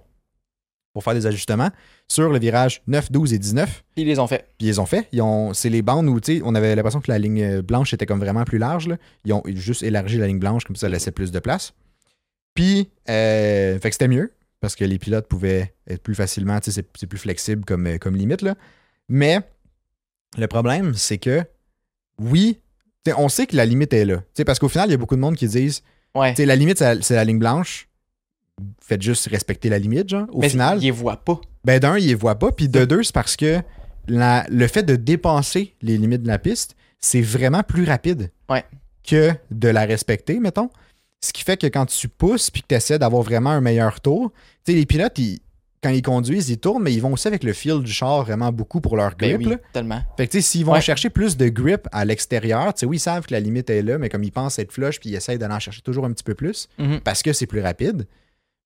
pour faire des ajustements sur le virage 9, 12 et 19.
Puis ils les ont fait.
Puis ils les ont fait. Ils ont, c'est les bandes où, tu sais, on avait l'impression que la ligne euh, blanche était comme vraiment plus large. là. Ils ont juste élargi la ligne blanche, comme ça, ça laissait plus de place. Puis, euh, fait que c'était mieux, parce que les pilotes pouvaient être plus facilement, tu sais, c'est, c'est plus flexible comme, euh, comme limite, là. Mais le problème, c'est que, oui, tu sais, on sait que la limite est là. Tu sais, parce qu'au final, il y a beaucoup de monde qui disent,
Ouais.
tu sais, la limite, c'est la, c'est la ligne blanche. Faites juste respecter la limite, genre. Au
Mais
final.
Ils les voient pas.
Ben d'un, il les voit pas, puis de deux, c'est parce que la- le fait de dépasser les limites de la piste, c'est vraiment plus rapide
Ouais.
que de la respecter, mettons. Ce qui fait que quand tu pousses puis que tu essaies d'avoir vraiment un meilleur tour, tu sais, les pilotes, ils- quand ils conduisent, ils tournent, mais ils vont aussi avec le feel du char vraiment beaucoup pour leur grip.
Ben oui,
là.
tellement.
Fait que tu sais, s'ils vont
Ouais.
chercher plus de grip à l'extérieur, tu sais, oui, ils savent que la limite est là, mais comme ils pensent être flush puis ils essayent d'aller en chercher toujours un petit peu plus
Mhm.
parce que c'est plus rapide,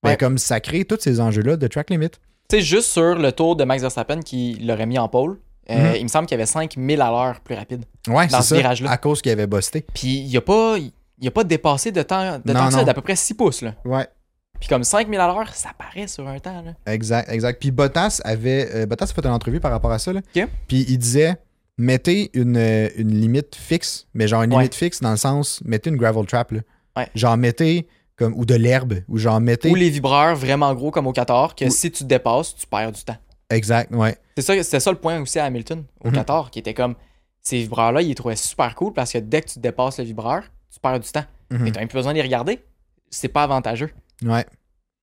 ben,
Ouais.
comme ça crée tous ces enjeux-là de track limit.
Tu sais, juste sur le tour de Max Verstappen qui l'aurait mis en pole, euh,
Mhm.
il me semble qu'il y avait 5000 à l'heure plus rapide.
Ouais,
dans
c'est
ce
ça,
virage-là.
À cause qu'il avait busté.
Puis il a pas, il a pas dépassé de temps, de
Non,
temps que ça,
non.
d'à peu près 6 pouces. Là.
Ouais,
Puis comme 5000 à l'heure, ça paraît sur un temps. Là.
exact, exact. Puis Bottas avait. euh, Bottas a fait une entrevue par rapport à ça. Là.
Ok.
Puis il disait mettez une, euh, une limite fixe, mais genre une
Ouais.
limite fixe dans le sens mettez une gravel trap. Là.
Ouais.
Genre mettez comme ou de l'herbe ou genre mettez.
Ou les vibreurs vraiment gros comme au 14, que
Ou-
si tu te dépasses, tu perds du temps.
Exact, ouais.
C'est ça, c'était ça le point aussi à Hamilton, au
Mhm.
14, qui était comme ces vibreurs-là, il les trouvait super cool parce que dès que tu te dépasses le vibreur, tu perds du temps.
Mhm.
Mais t'as même plus besoin d'y regarder. C'est pas avantageux.
Ouais.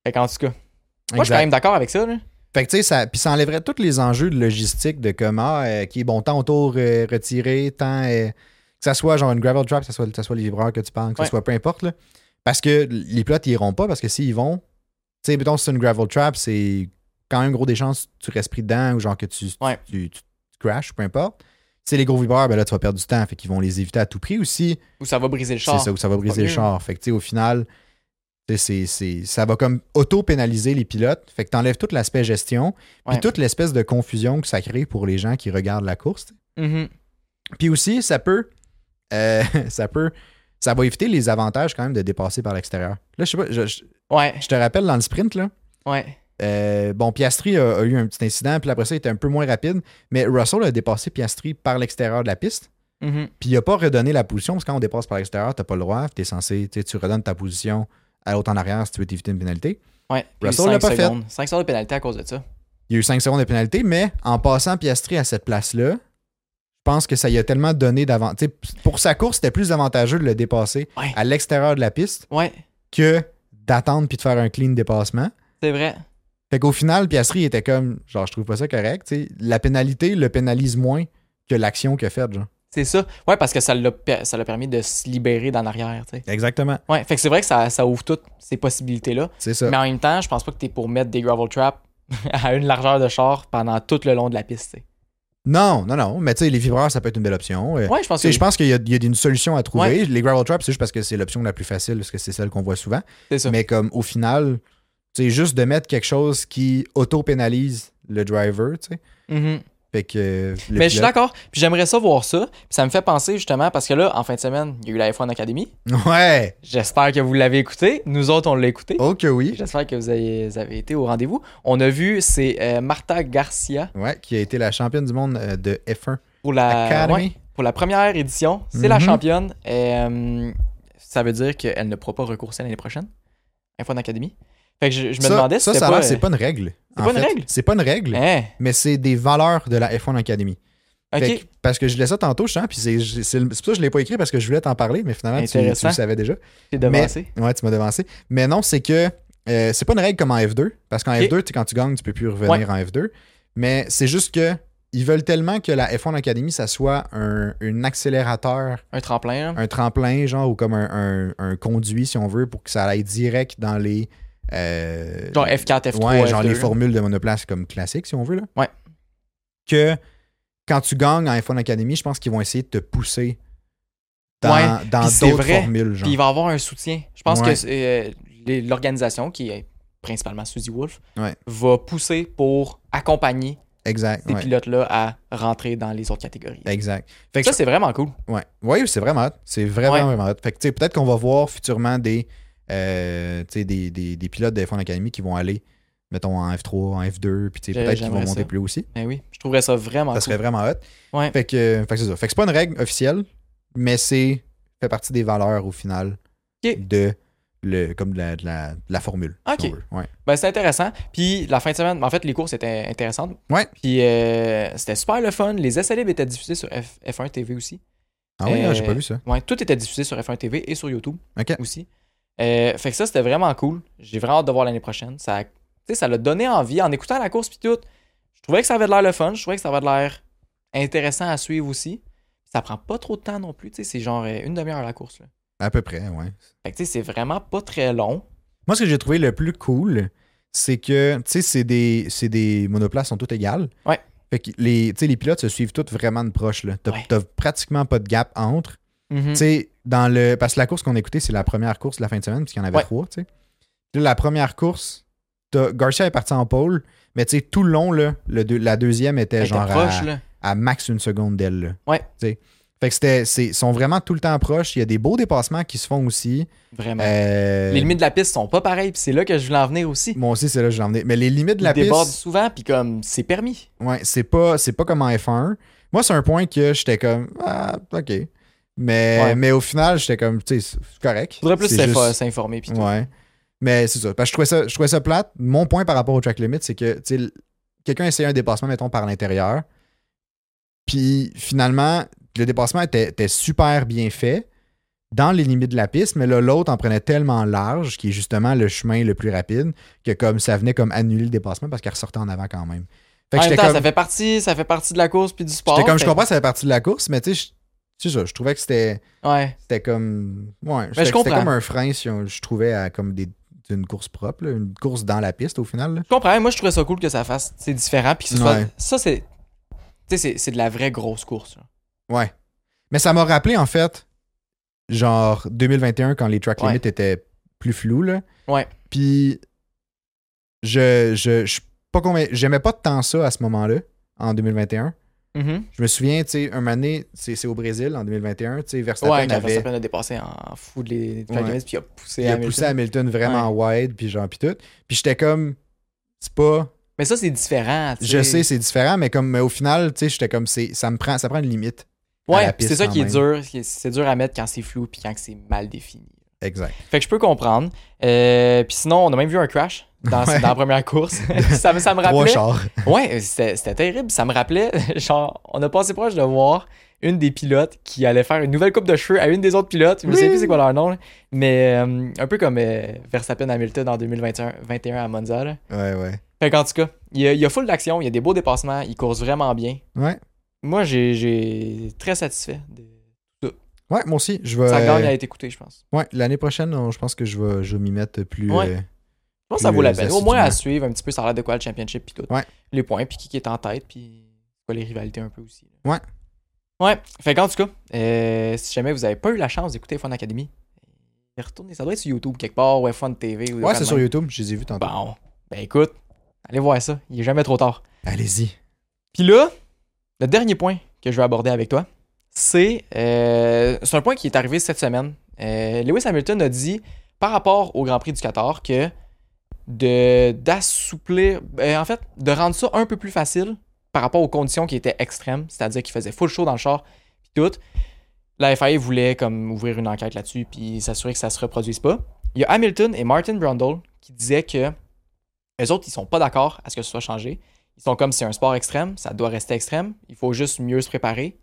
Fait qu'en tout cas, moi je suis
exact.
quand même d'accord avec ça. Là.
Fait que tu sais, ça, puis ça enlèverait tous les enjeux de logistique de comment, qui est bon, tant autour euh, retiré, tant. euh, que ça soit genre une gravel trap, que ça soit, que ça soit les vibreurs que tu parles, que ça
Ouais.
soit peu importe. là. Parce que les plots, ils iront pas, parce que s'ils vont, tu sais, mettons, si c'est une gravel trap, c'est quand même gros des chances que tu restes pris dedans ou genre que tu, tu-
Ouais.
tu, tu crashes, peu importe. Tu sais, les gros vibreurs, ben là, tu vas perdre du temps, fait qu'ils vont les éviter à tout prix aussi.
Ou ça va briser le
C'est
char.
ça où ça va briser le
mieux.
char. Fait que, tu sais, au final, tu sais, c'est- c'est- ça va comme auto-pénaliser les pilotes. Fait que t'enlèves tout l'aspect gestion, puis
Ouais.
toute l'espèce de confusion que ça crée pour les gens qui regardent la course. tu sais.
Mhm.
Puis aussi, ça peut, euh, ça peut, ça va éviter les avantages quand même de dépasser par l'extérieur. Là, je sais pas, je, je-
Ouais,
je te rappelle dans le sprint, là,
ouais.
euh, bon, Piastri a, a eu un petit incident, puis après ça, il était un peu moins rapide, mais Russell a dépassé Piastri par l'extérieur de la piste.
Mhm.
Puis il a pas redonné la position, parce que quand on dépasse par l'extérieur, t'as pas le droit, t'es censé, tu sais, tu redonnes ta position à l'autre en arrière si tu veux t'éviter une pénalité.
Ouais.
Russell l'a pas fait.
5 secondes de pénalité à cause de ça.
Il y a eu 5 secondes de pénalité, mais en passant Piastri à cette place-là, je pense que ça y a tellement donné d'avantage. Pour sa course, c'était plus avantageux de le dépasser
Ouais.
à l'extérieur de la piste
Ouais,
que d'attendre puis de faire un clean dépassement.
c'est vrai.
Fait qu'au final, Piastri était comme, genre, je trouve pas ça correct. tu sais. La pénalité le pénalise moins que l'action qu'il a faite, genre.
C'est ça. Ouais, parce que ça l'a per- ça l'a permis de se libérer d'en arrière, tu sais.
Exactement.
Ouais, fait que c'est vrai que ça, ça ouvre toutes ces possibilités-là.
C'est ça.
Mais en même temps, je pense pas que t'es pour mettre des gravel traps à une largeur de char pendant tout le long de la piste, tu sais.
Non, non, non. Mais tu sais, les vibreurs, ça peut être une belle option. Euh,
Ouais, je pense
Tu sais,
que
je pense qu'il y a, il y a une solution à trouver. Les gravel traps, c'est juste parce que c'est l'option la plus facile, parce que c'est celle qu'on voit souvent.
c'est ça.
Mais comme au final, tu sais, juste de mettre quelque chose qui auto-pénalise le driver, tu sais.
Mhm.
Fait que. euh, le
Mais je suis
pilote-
d'accord. Puis j'aimerais ça voir ça. Puis ça me fait penser justement parce que là, en fin de semaine, il y a eu la F1 Academy.
Ouais!
J'espère que vous l'avez écouté. Nous autres, on l'a écouté.
Oh que oui!
J'espère que vous avez, vous avez été au rendez-vous. On a vu, c'est euh, Martha Garcia
Ouais, qui a été la championne du monde euh, de F1
pour la, ouais,
Academy.
pour la première édition. C'est la
Mhm.
championne. Euh, ça veut dire qu'elle ne pourra pas recourser l'année prochaine. F1 Academy. Fait que je, je me
ça,
demandais si
ça,
c'était
ça a
pas. euh,
l'air, c'est pas une règle.
C'est
en
pas une
fait.
règle?
C'est pas une règle,
Hein,
mais c'est des valeurs de la F1 Academy.
ok.
Fait que- parce que je laissais ça tantôt, je sens, puis c'est c'est le- c'est pour ça que je l'ai pas écrit parce que je voulais t'en parler, mais finalement, tu- tu,
Intéressant.
le savais déjà.
J'ai devancé.
Ouais, tu m'as devancé. Mais non, c'est que euh, c'est pas une règle comme en F2. Parce qu'en
Ok.
F2, tu sais, quand tu gagnes, tu peux plus revenir en F2. Mais c'est juste que ils veulent tellement que la F1 Academy, ça soit un, un accélérateur,
Un tremplin. hein.
un tremplin, genre, ou comme un, un- un conduit, si on veut, pour que ça aille direct dans les. euh,
Genre F4, F3.
ouais, genre
F2.
les formules de monoplace comme classique, si on veut. Là.
Ouais.
Que quand tu gagnes en F1 Academy, je pense qu'ils vont essayer de te pousser dans
Ouais,
dans
puis c'est
d'autres
vrai,
formules. Genre.
Puis il va avoir un soutien. Je pense
Ouais.
que c'est, euh, les- l'organisation qui est principalement Suzy Wolf,
Ouais.
va pousser pour accompagner
Exact.
ces
ouais.
pilotes-là à rentrer dans les autres catégories.
Exact. Fait que
ça, c'est vraiment cool.
Ouais, ouais c'est vraiment hot. C'est vraiment,
Ouais.
vraiment hot. Fait que, tu sais, peut-être qu'on va voir futurement des, euh, tu sais, des, des, des pilotes de F1 Academy qui vont aller, mettons, en F3, en F2, puis tu sais,
J'ai-
peut-être qu'ils vont
j'aimerais
monter
ça.
plus haut aussi.
Ben oui, je trouverais ça vraiment
Ça
cool.
serait vraiment hot.
Ouais.
Fait que, euh, fait que c'est ça. Fait que c'est pas une règle officielle, mais c'est fait partie des valeurs au final
Ok.
de le comme de la, de la, de la formule. si
Ok.
on veut. Ouais.
Ben, c'est intéressant. Puis la fin de semaine, en fait, les courses étaient intéressantes.
Ouais.
Puis euh, c'était super le fun. Les essais libres étaient diffusés sur F- F1 TV aussi.
Ah oui, ah, j'ai
Euh,
pas vu ça.
Ouais, tout était diffusé sur F1 TV et sur YouTube
Ok.
aussi. Euh, fait que ça, c'était vraiment cool. J'ai vraiment hâte de voir l'année prochaine. Ça, tu sais, ça l'a donné envie en écoutant la course puis tout. Je trouvais que ça avait de l'air le fun. Je trouvais que ça avait de l'air intéressant à suivre aussi. Ça prend pas trop de temps non plus. Tu sais, c'est genre euh, une demi-heure la course. Là.
À peu près, ouais.
Fait que tu sais, c'est vraiment pas très long.
Moi, ce que j'ai trouvé le plus cool, c'est que, tu sais, c'est des, c'est des monoplaces sont toutes égales.
Ouais.
Fait que les, tu sais, les pilotes se suivent toutes vraiment de proche. là. T'as
Ouais. Mm.
t'as pratiquement pas de gap entre. Tu sais, dans le. Parce que la course qu'on a écoutée, c'est la première course de la fin de semaine, puisqu'il y en avait
Ouais.
trois, tu sais. Puis là, La première course, t'as- Garcia est parti en pole, mais tu sais, tout le long, là, le deux- la deuxième était
Elle était
genre
proche,
à,
là.
à max une seconde d'elle. là.
Ouais.
Tu sais. Fait que c'était. c'est- Ils sont vraiment tout le temps proches. Il y a des beaux dépassements qui se font aussi.
Vraiment.
Euh,
Les limites de la piste sont pas pareilles, puis c'est là que je voulais en venir aussi.
Moi aussi, c'est là que je l'ai emmené. Mais les limites de la
Ils débordent
piste,
souvent, puis comme c'est permis.
ouais, c'est pas, c'est pas comme en F1. Moi, c'est un point que j'étais comme, ah, ok. Mais,
Ouais.
mais au final, j'étais comme, tu sais, c'est correct.
Faudrait plus
C'est
s'info-
juste-
s'informer, puis tout.
Ouais. Mais c'est ça. Parce que je trouvais ça, je trouvais ça plate. Mon point par rapport au track limit, c'est que tu sais, l- quelqu'un essayait un dépassement, mettons, par l'intérieur. Puis finalement, le dépassement était, était super bien fait dans les limites de la piste, mais là, l'autre en prenait tellement large, qui est justement le chemin le plus rapide, que comme ça venait comme annuler le dépassement parce qu'elle ressortait en avant quand même. Fait que
En même
j'étais
temps,
comme,
ça fait partie, ça fait partie de la course puis du sport.
j'étais comme, je
fait-
comprends, ça fait partie de la course, mais tu sais, je- c'est ça, je trouvais que c'était
Ouais.
c'était comme ouais
Ben, je
c'était c'était
comprends.
comme un frein si on- je trouvais à comme des une course propre là, une course dans la piste au final là.
Je comprends. Moi, je trouvais ça cool que ça fasse. C'est différent, puis que ce soit.
Ouais.
Ça, c'est. Tu sais, c'est- c'est de la vraie grosse course. là.
ouais mais ça m'a rappelé en fait genre 2021 quand les track
Ouais.
limits étaient plus flous là
Ouais.
puis je je je suis pas convain- j'aimais pas tant ça à ce moment là en 2021
Mhm.
je me souviens tu sais un moment donné, c'est c'est au Brésil en 2021 tu sais Verstappen
Ouais, quand
avait
Verstappen a dépassé en fou de les de
Ouais.
la limite, puis il a poussé
il a
Hamilton.
poussé Hamilton vraiment wide puis genre puis tout puis j'étais comme c'est pas
Mais ça, c'est différent. tu
Je sais, c'est différent, mais comme mais au final, tu sais, j'étais comme c'est, ça me prend, ça prend une limite. à
Ouais,
la
puis c'est
piste
ça
quand
qui est
même.
dur. qui est- C'est dur à mettre quand c'est flou puis quand que c'est mal défini.
Exact.
Fait que je peux comprendre. Euh, puis sinon, on a même vu un crash dans,
Ouais.
dans la première course. ça, me- ça me
Trois
rappelait.
chars.
Ouais, c'était c'était terrible. Ça me rappelait, genre, on a passé proche de voir une des pilotes qui allait faire une nouvelle coupe de cheveux à une des autres pilotes. Je ne sais
Oui.
plus c'est quoi leur nom, là. mais euh, un peu comme euh, Verstappen Hamilton en 2021 21 à Monza. là.
Ouais, ouais.
Fait qu'en tout cas, il y, a- il y a full d'action, il y a des beaux dépassements, il course vraiment bien.
Ouais.
Moi, j'ai- j'ai très satisfait. de-
Ouais, moi aussi, je vais.
Sa gagne a été écoutée, je pense.
Ouais, l'année prochaine, on- je pense que je vais, je vais m'y mettre plus.
Ouais.
euh,
Je pense que ça
Plus
vaut la peine. Au moins
assidûment.
à suivre un petit peu, ça a l'air de quoi le championship, puis tout.
Ouais.
Les points, puis qui qui est en tête, puis quoi les rivalités un peu aussi. là.
Ouais.
Ouais. Fait qu'en tout cas, euh, si jamais vous avez pas eu la chance d'écouter F1 Academy, euh, retournez. Ça doit être sur YouTube quelque part, ou F1 TV. Ou de
Ouais,
quoi
c'est
de
sur
même.
YouTube, je les ai vus tantôt.
Bon. Ben écoute, allez voir ça. Il est jamais trop tard.
Allez-y.
Puis là, le dernier point que je veux aborder avec toi, c'est euh, c'est un point qui est arrivé cette semaine. Euh, Lewis Hamilton a dit par rapport au Grand Prix du Qatar que de d'assouplir, euh, en fait, de rendre ça un peu plus facile par rapport aux conditions qui étaient extrêmes, c'est-à-dire qu'il faisait full chaud dans le char puis tout. La FIA voulait comme ouvrir une enquête là-dessus puis s'assurer que ça se reproduise pas. Il y a Hamilton et Martin Brundle qui disaient que les autres ils sont pas d'accord à ce que ce soit changé. Ils sont comme c'est un sport extrême, ça doit rester extrême. Il faut juste mieux se préparer.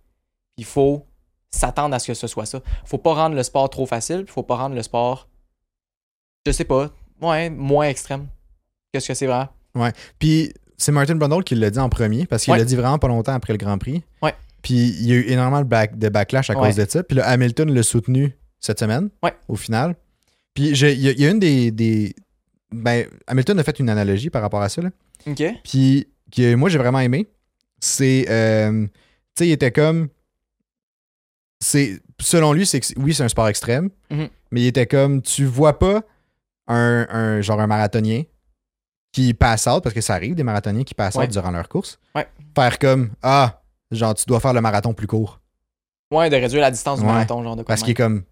Il faut s'attendre à ce que ce soit ça. Faut pas rendre le sport trop facile, puis faut pas rendre le sport, je sais pas, ouais, moins extrême. Qu'est-ce que c'est vraiment?
Puis c'est Martin Brundle qui l'a dit en premier, parce qu'il
Ouais.
l'a dit vraiment pas longtemps après le Grand Prix.
Ouais.
Puis il y a eu énormément de, back- de backlash à
Ouais.
cause de ça. Puis là, Hamilton l'a soutenu cette semaine,
Ouais.
au final. Puis je- il y, a- il y a une des, des. Ben, Hamilton a fait une analogie par rapport à ça, là.
Ok.
Puis que moi j'ai vraiment aimé, c'est euh, tu sais il était comme c'est selon lui c'est que oui c'est un sport extrême,
Mhm.
mais il était comme tu vois pas un, un- genre un marathonien qui passent out, parce que ça arrive, des marathoniens qui passent
Ouais.
out durant leur course,
Ouais.
faire comme Ah, genre, tu dois faire le marathon plus court.
Ouais, de réduire la distance du
Ouais,
marathon, genre de quoi.
Parce qu'il est comme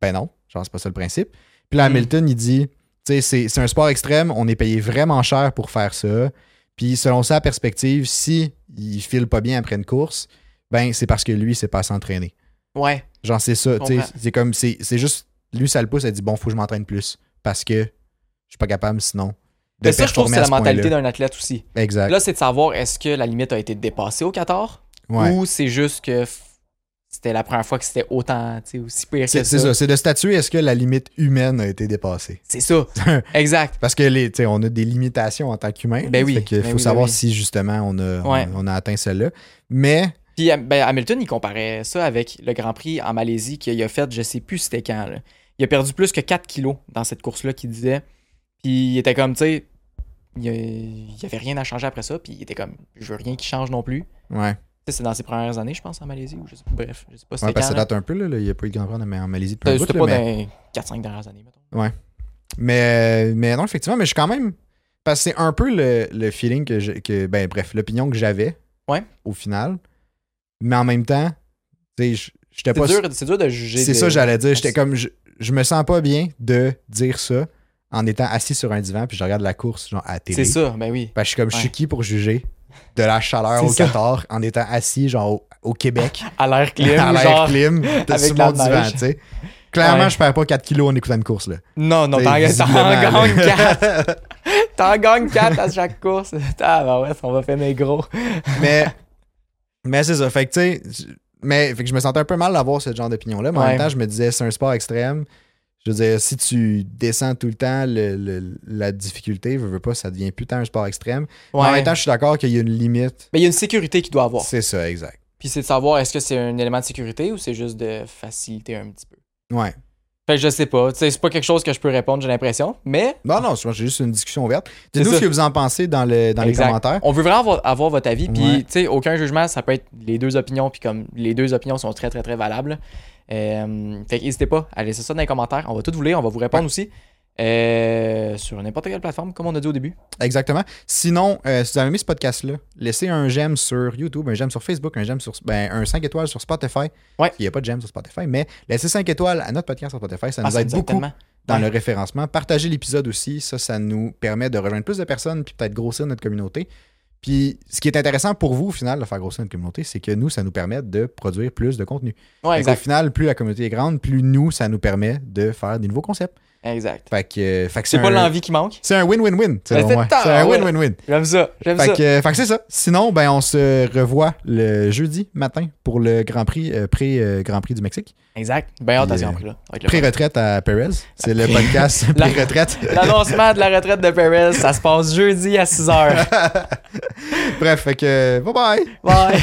Ben non, genre, c'est pas ça le principe. Puis là,
Mm.
Hamilton, il dit Tu sais, c'est- c'est un sport extrême, on est payé vraiment cher pour faire ça. Puis selon sa perspective, si il file pas bien après une course, ben c'est parce que lui, c'est pas s'entraîner.
Ouais,
Genre, c'est ça.
Je
tu sais,
comprends.
C'est comme, c'est c'est juste, lui, ça le pousse, elle dit, bon, faut que je m'entraîne plus parce que je suis pas capable sinon. De
mais ça, je trouve que
performer
c'est
à
la
ce point-là.
mentalité d'un athlète aussi.
Exact.
Là, c'est de savoir est-ce que la limite a été dépassée au 14
ouais.
ou c'est juste que f- c'était la première fois que c'était autant, tu sais, aussi pire que
C'est
ça.
c'est ça. C'est de statuer est-ce que la limite humaine a été dépassée.
C'est ça. exact.
Parce que les, tu sais, on a des limitations en tant qu'humain.
Ben oui,
Fait qu'il
ben
faut
oui, ben
savoir
oui.
si justement on a, on-
Ouais.
on, a atteint celle-là. Mais
Puis Ham- ben, Hamilton, il comparait ça avec le Grand Prix en Malaisie qu'il a fait, je sais plus c'était quand. là. Il a perdu plus que 4 kilos dans cette course-là qu'il disait. Puis il était comme, tu sais, il n'y avait rien à changer après ça. Puis il était comme, je veux rien qui change non plus.
ouais.
Tu sais, c'est dans ses premières années, je pense, en Malaisie. Ou je sais, bref, je sais pas
Ouais, parce
c'était
que ça
quand. là.
date un peu, là, là, il n'y a pas eu de grand prix en en Malaisie depuis un
C'était
bout,
c'était
là,
pas
mais-
dans les 4-5 dernières années, mettons.
Mais, euh, mais non, effectivement, mais je suis quand même. Parce que c'est un peu le, le feeling que, je- que. Ben, bref, l'opinion que j'avais.
Ouais.
Au final. Mais en même temps, tu sais, je- j'étais
C'est
pas.
dur, c'est dur de juger.
C'est
de-
ça, j'allais dire. J'étais comme. Je, je me sens pas bien de dire ça en étant assis sur un divan, puis je regarde la course, genre, à la télé.
C'est ça, ben oui.
Parce que je suis comme, je suis
Ouais.
qui pour juger de la chaleur au
C'est ça.
Qatar en étant assis, genre, au, au Québec,
À l'air clim,
à l'air
genre.
clim,
avec
sur
de la
mon divan,
neige.
tu sais. Clairement,
Ouais.
je perds pas 4 kilos en écoutant une course, là.
Non, non,
T'sais,
t'en t'en
visiblement,
gagnes
là.
4. T'en gagnes 4 à chaque course. Ah, ben ouais, on va faire mes gros.
mais mais c'est ça fait que tu sais je- mais fait que je me sentais un peu mal d'avoir ce genre d'opinion là mais en
Ouais.
même temps je me disais c'est un sport extrême je veux dire si tu descends tout le temps le- le- la difficulté veux, veux pas ça devient putain un sport extrême Mais en
Ouais.
même temps je suis d'accord qu'il y a une limite
Mais il y a une sécurité qu'il doit avoir.
c'est ça exact
Puis c'est de savoir est-ce que c'est un élément de sécurité ou c'est juste de faciliter un petit peu.
ouais
Fait que je sais pas. Tu sais, c'est pas quelque chose que je peux répondre, j'ai l'impression. Mais
non non c'est c'est juste une discussion ouverte
C'est
dites-nous
ça.
ce que vous en pensez dans, le, dans les
Exact.
commentaires
on veut vraiment avoir, avoir votre avis. Puis,
Ouais.
tu sais, aucun jugement, ça peut être les deux opinions. Puis, comme les deux opinions sont très, très, très valables. Euh, fait que n'hésitez pas à laisser ça dans les commentaires. On va tout vous lire, on va vous répondre aussi. Euh, sur n'importe quelle plateforme, comme on a dit au début.
Exactement. Sinon, euh, si vous avez aimé ce podcast-là, laissez un j'aime sur YouTube, un j'aime sur Facebook, un j'aime sur ben, un 5 étoiles sur Spotify.
Ouais.
Il n'y a pas de j'aime sur Spotify, mais laissez 5 étoiles à notre podcast sur Spotify. Ça
Ah,
nous aide beaucoup
tellement.
dans
Ouais.
le référencement. Partagez l'épisode aussi. Ça, ça nous permet de rejoindre plus de personnes puis peut-être grossir notre communauté. Puis, ce qui est intéressant pour vous, au final, de faire grossir notre communauté, c'est que nous, ça nous permet de produire plus de contenu.
Ouais,
au
exact.
final, plus la communauté est grande, plus nous, ça nous permet de faire des nouveaux concepts.
Exact.
Fait que, euh, fait que
C'est pas
un-
l'envie qui manque.
C'est un win-win-win. selon
c'est
moi.
tard,
C'est un
ouais.
win-win-win.
J'aime ça. J'aime
Fait
ça.
que, euh, fait que c'est ça. Sinon, ben, on se revoit le jeudi matin pour le Grand Prix, euh, pré, euh, Grand Prix du Mexique.
Exact. Ben, hâte à ce
Yeah.
Grand Prix-là. Ça va être le fun.
Pré-retraite à Perez. C'est le podcast
La-
pré-retraite.
L'annoncement de la retraite de Perez, ça se passe jeudi à 6h.
euh, Bref, fait que bye bye.
Bye.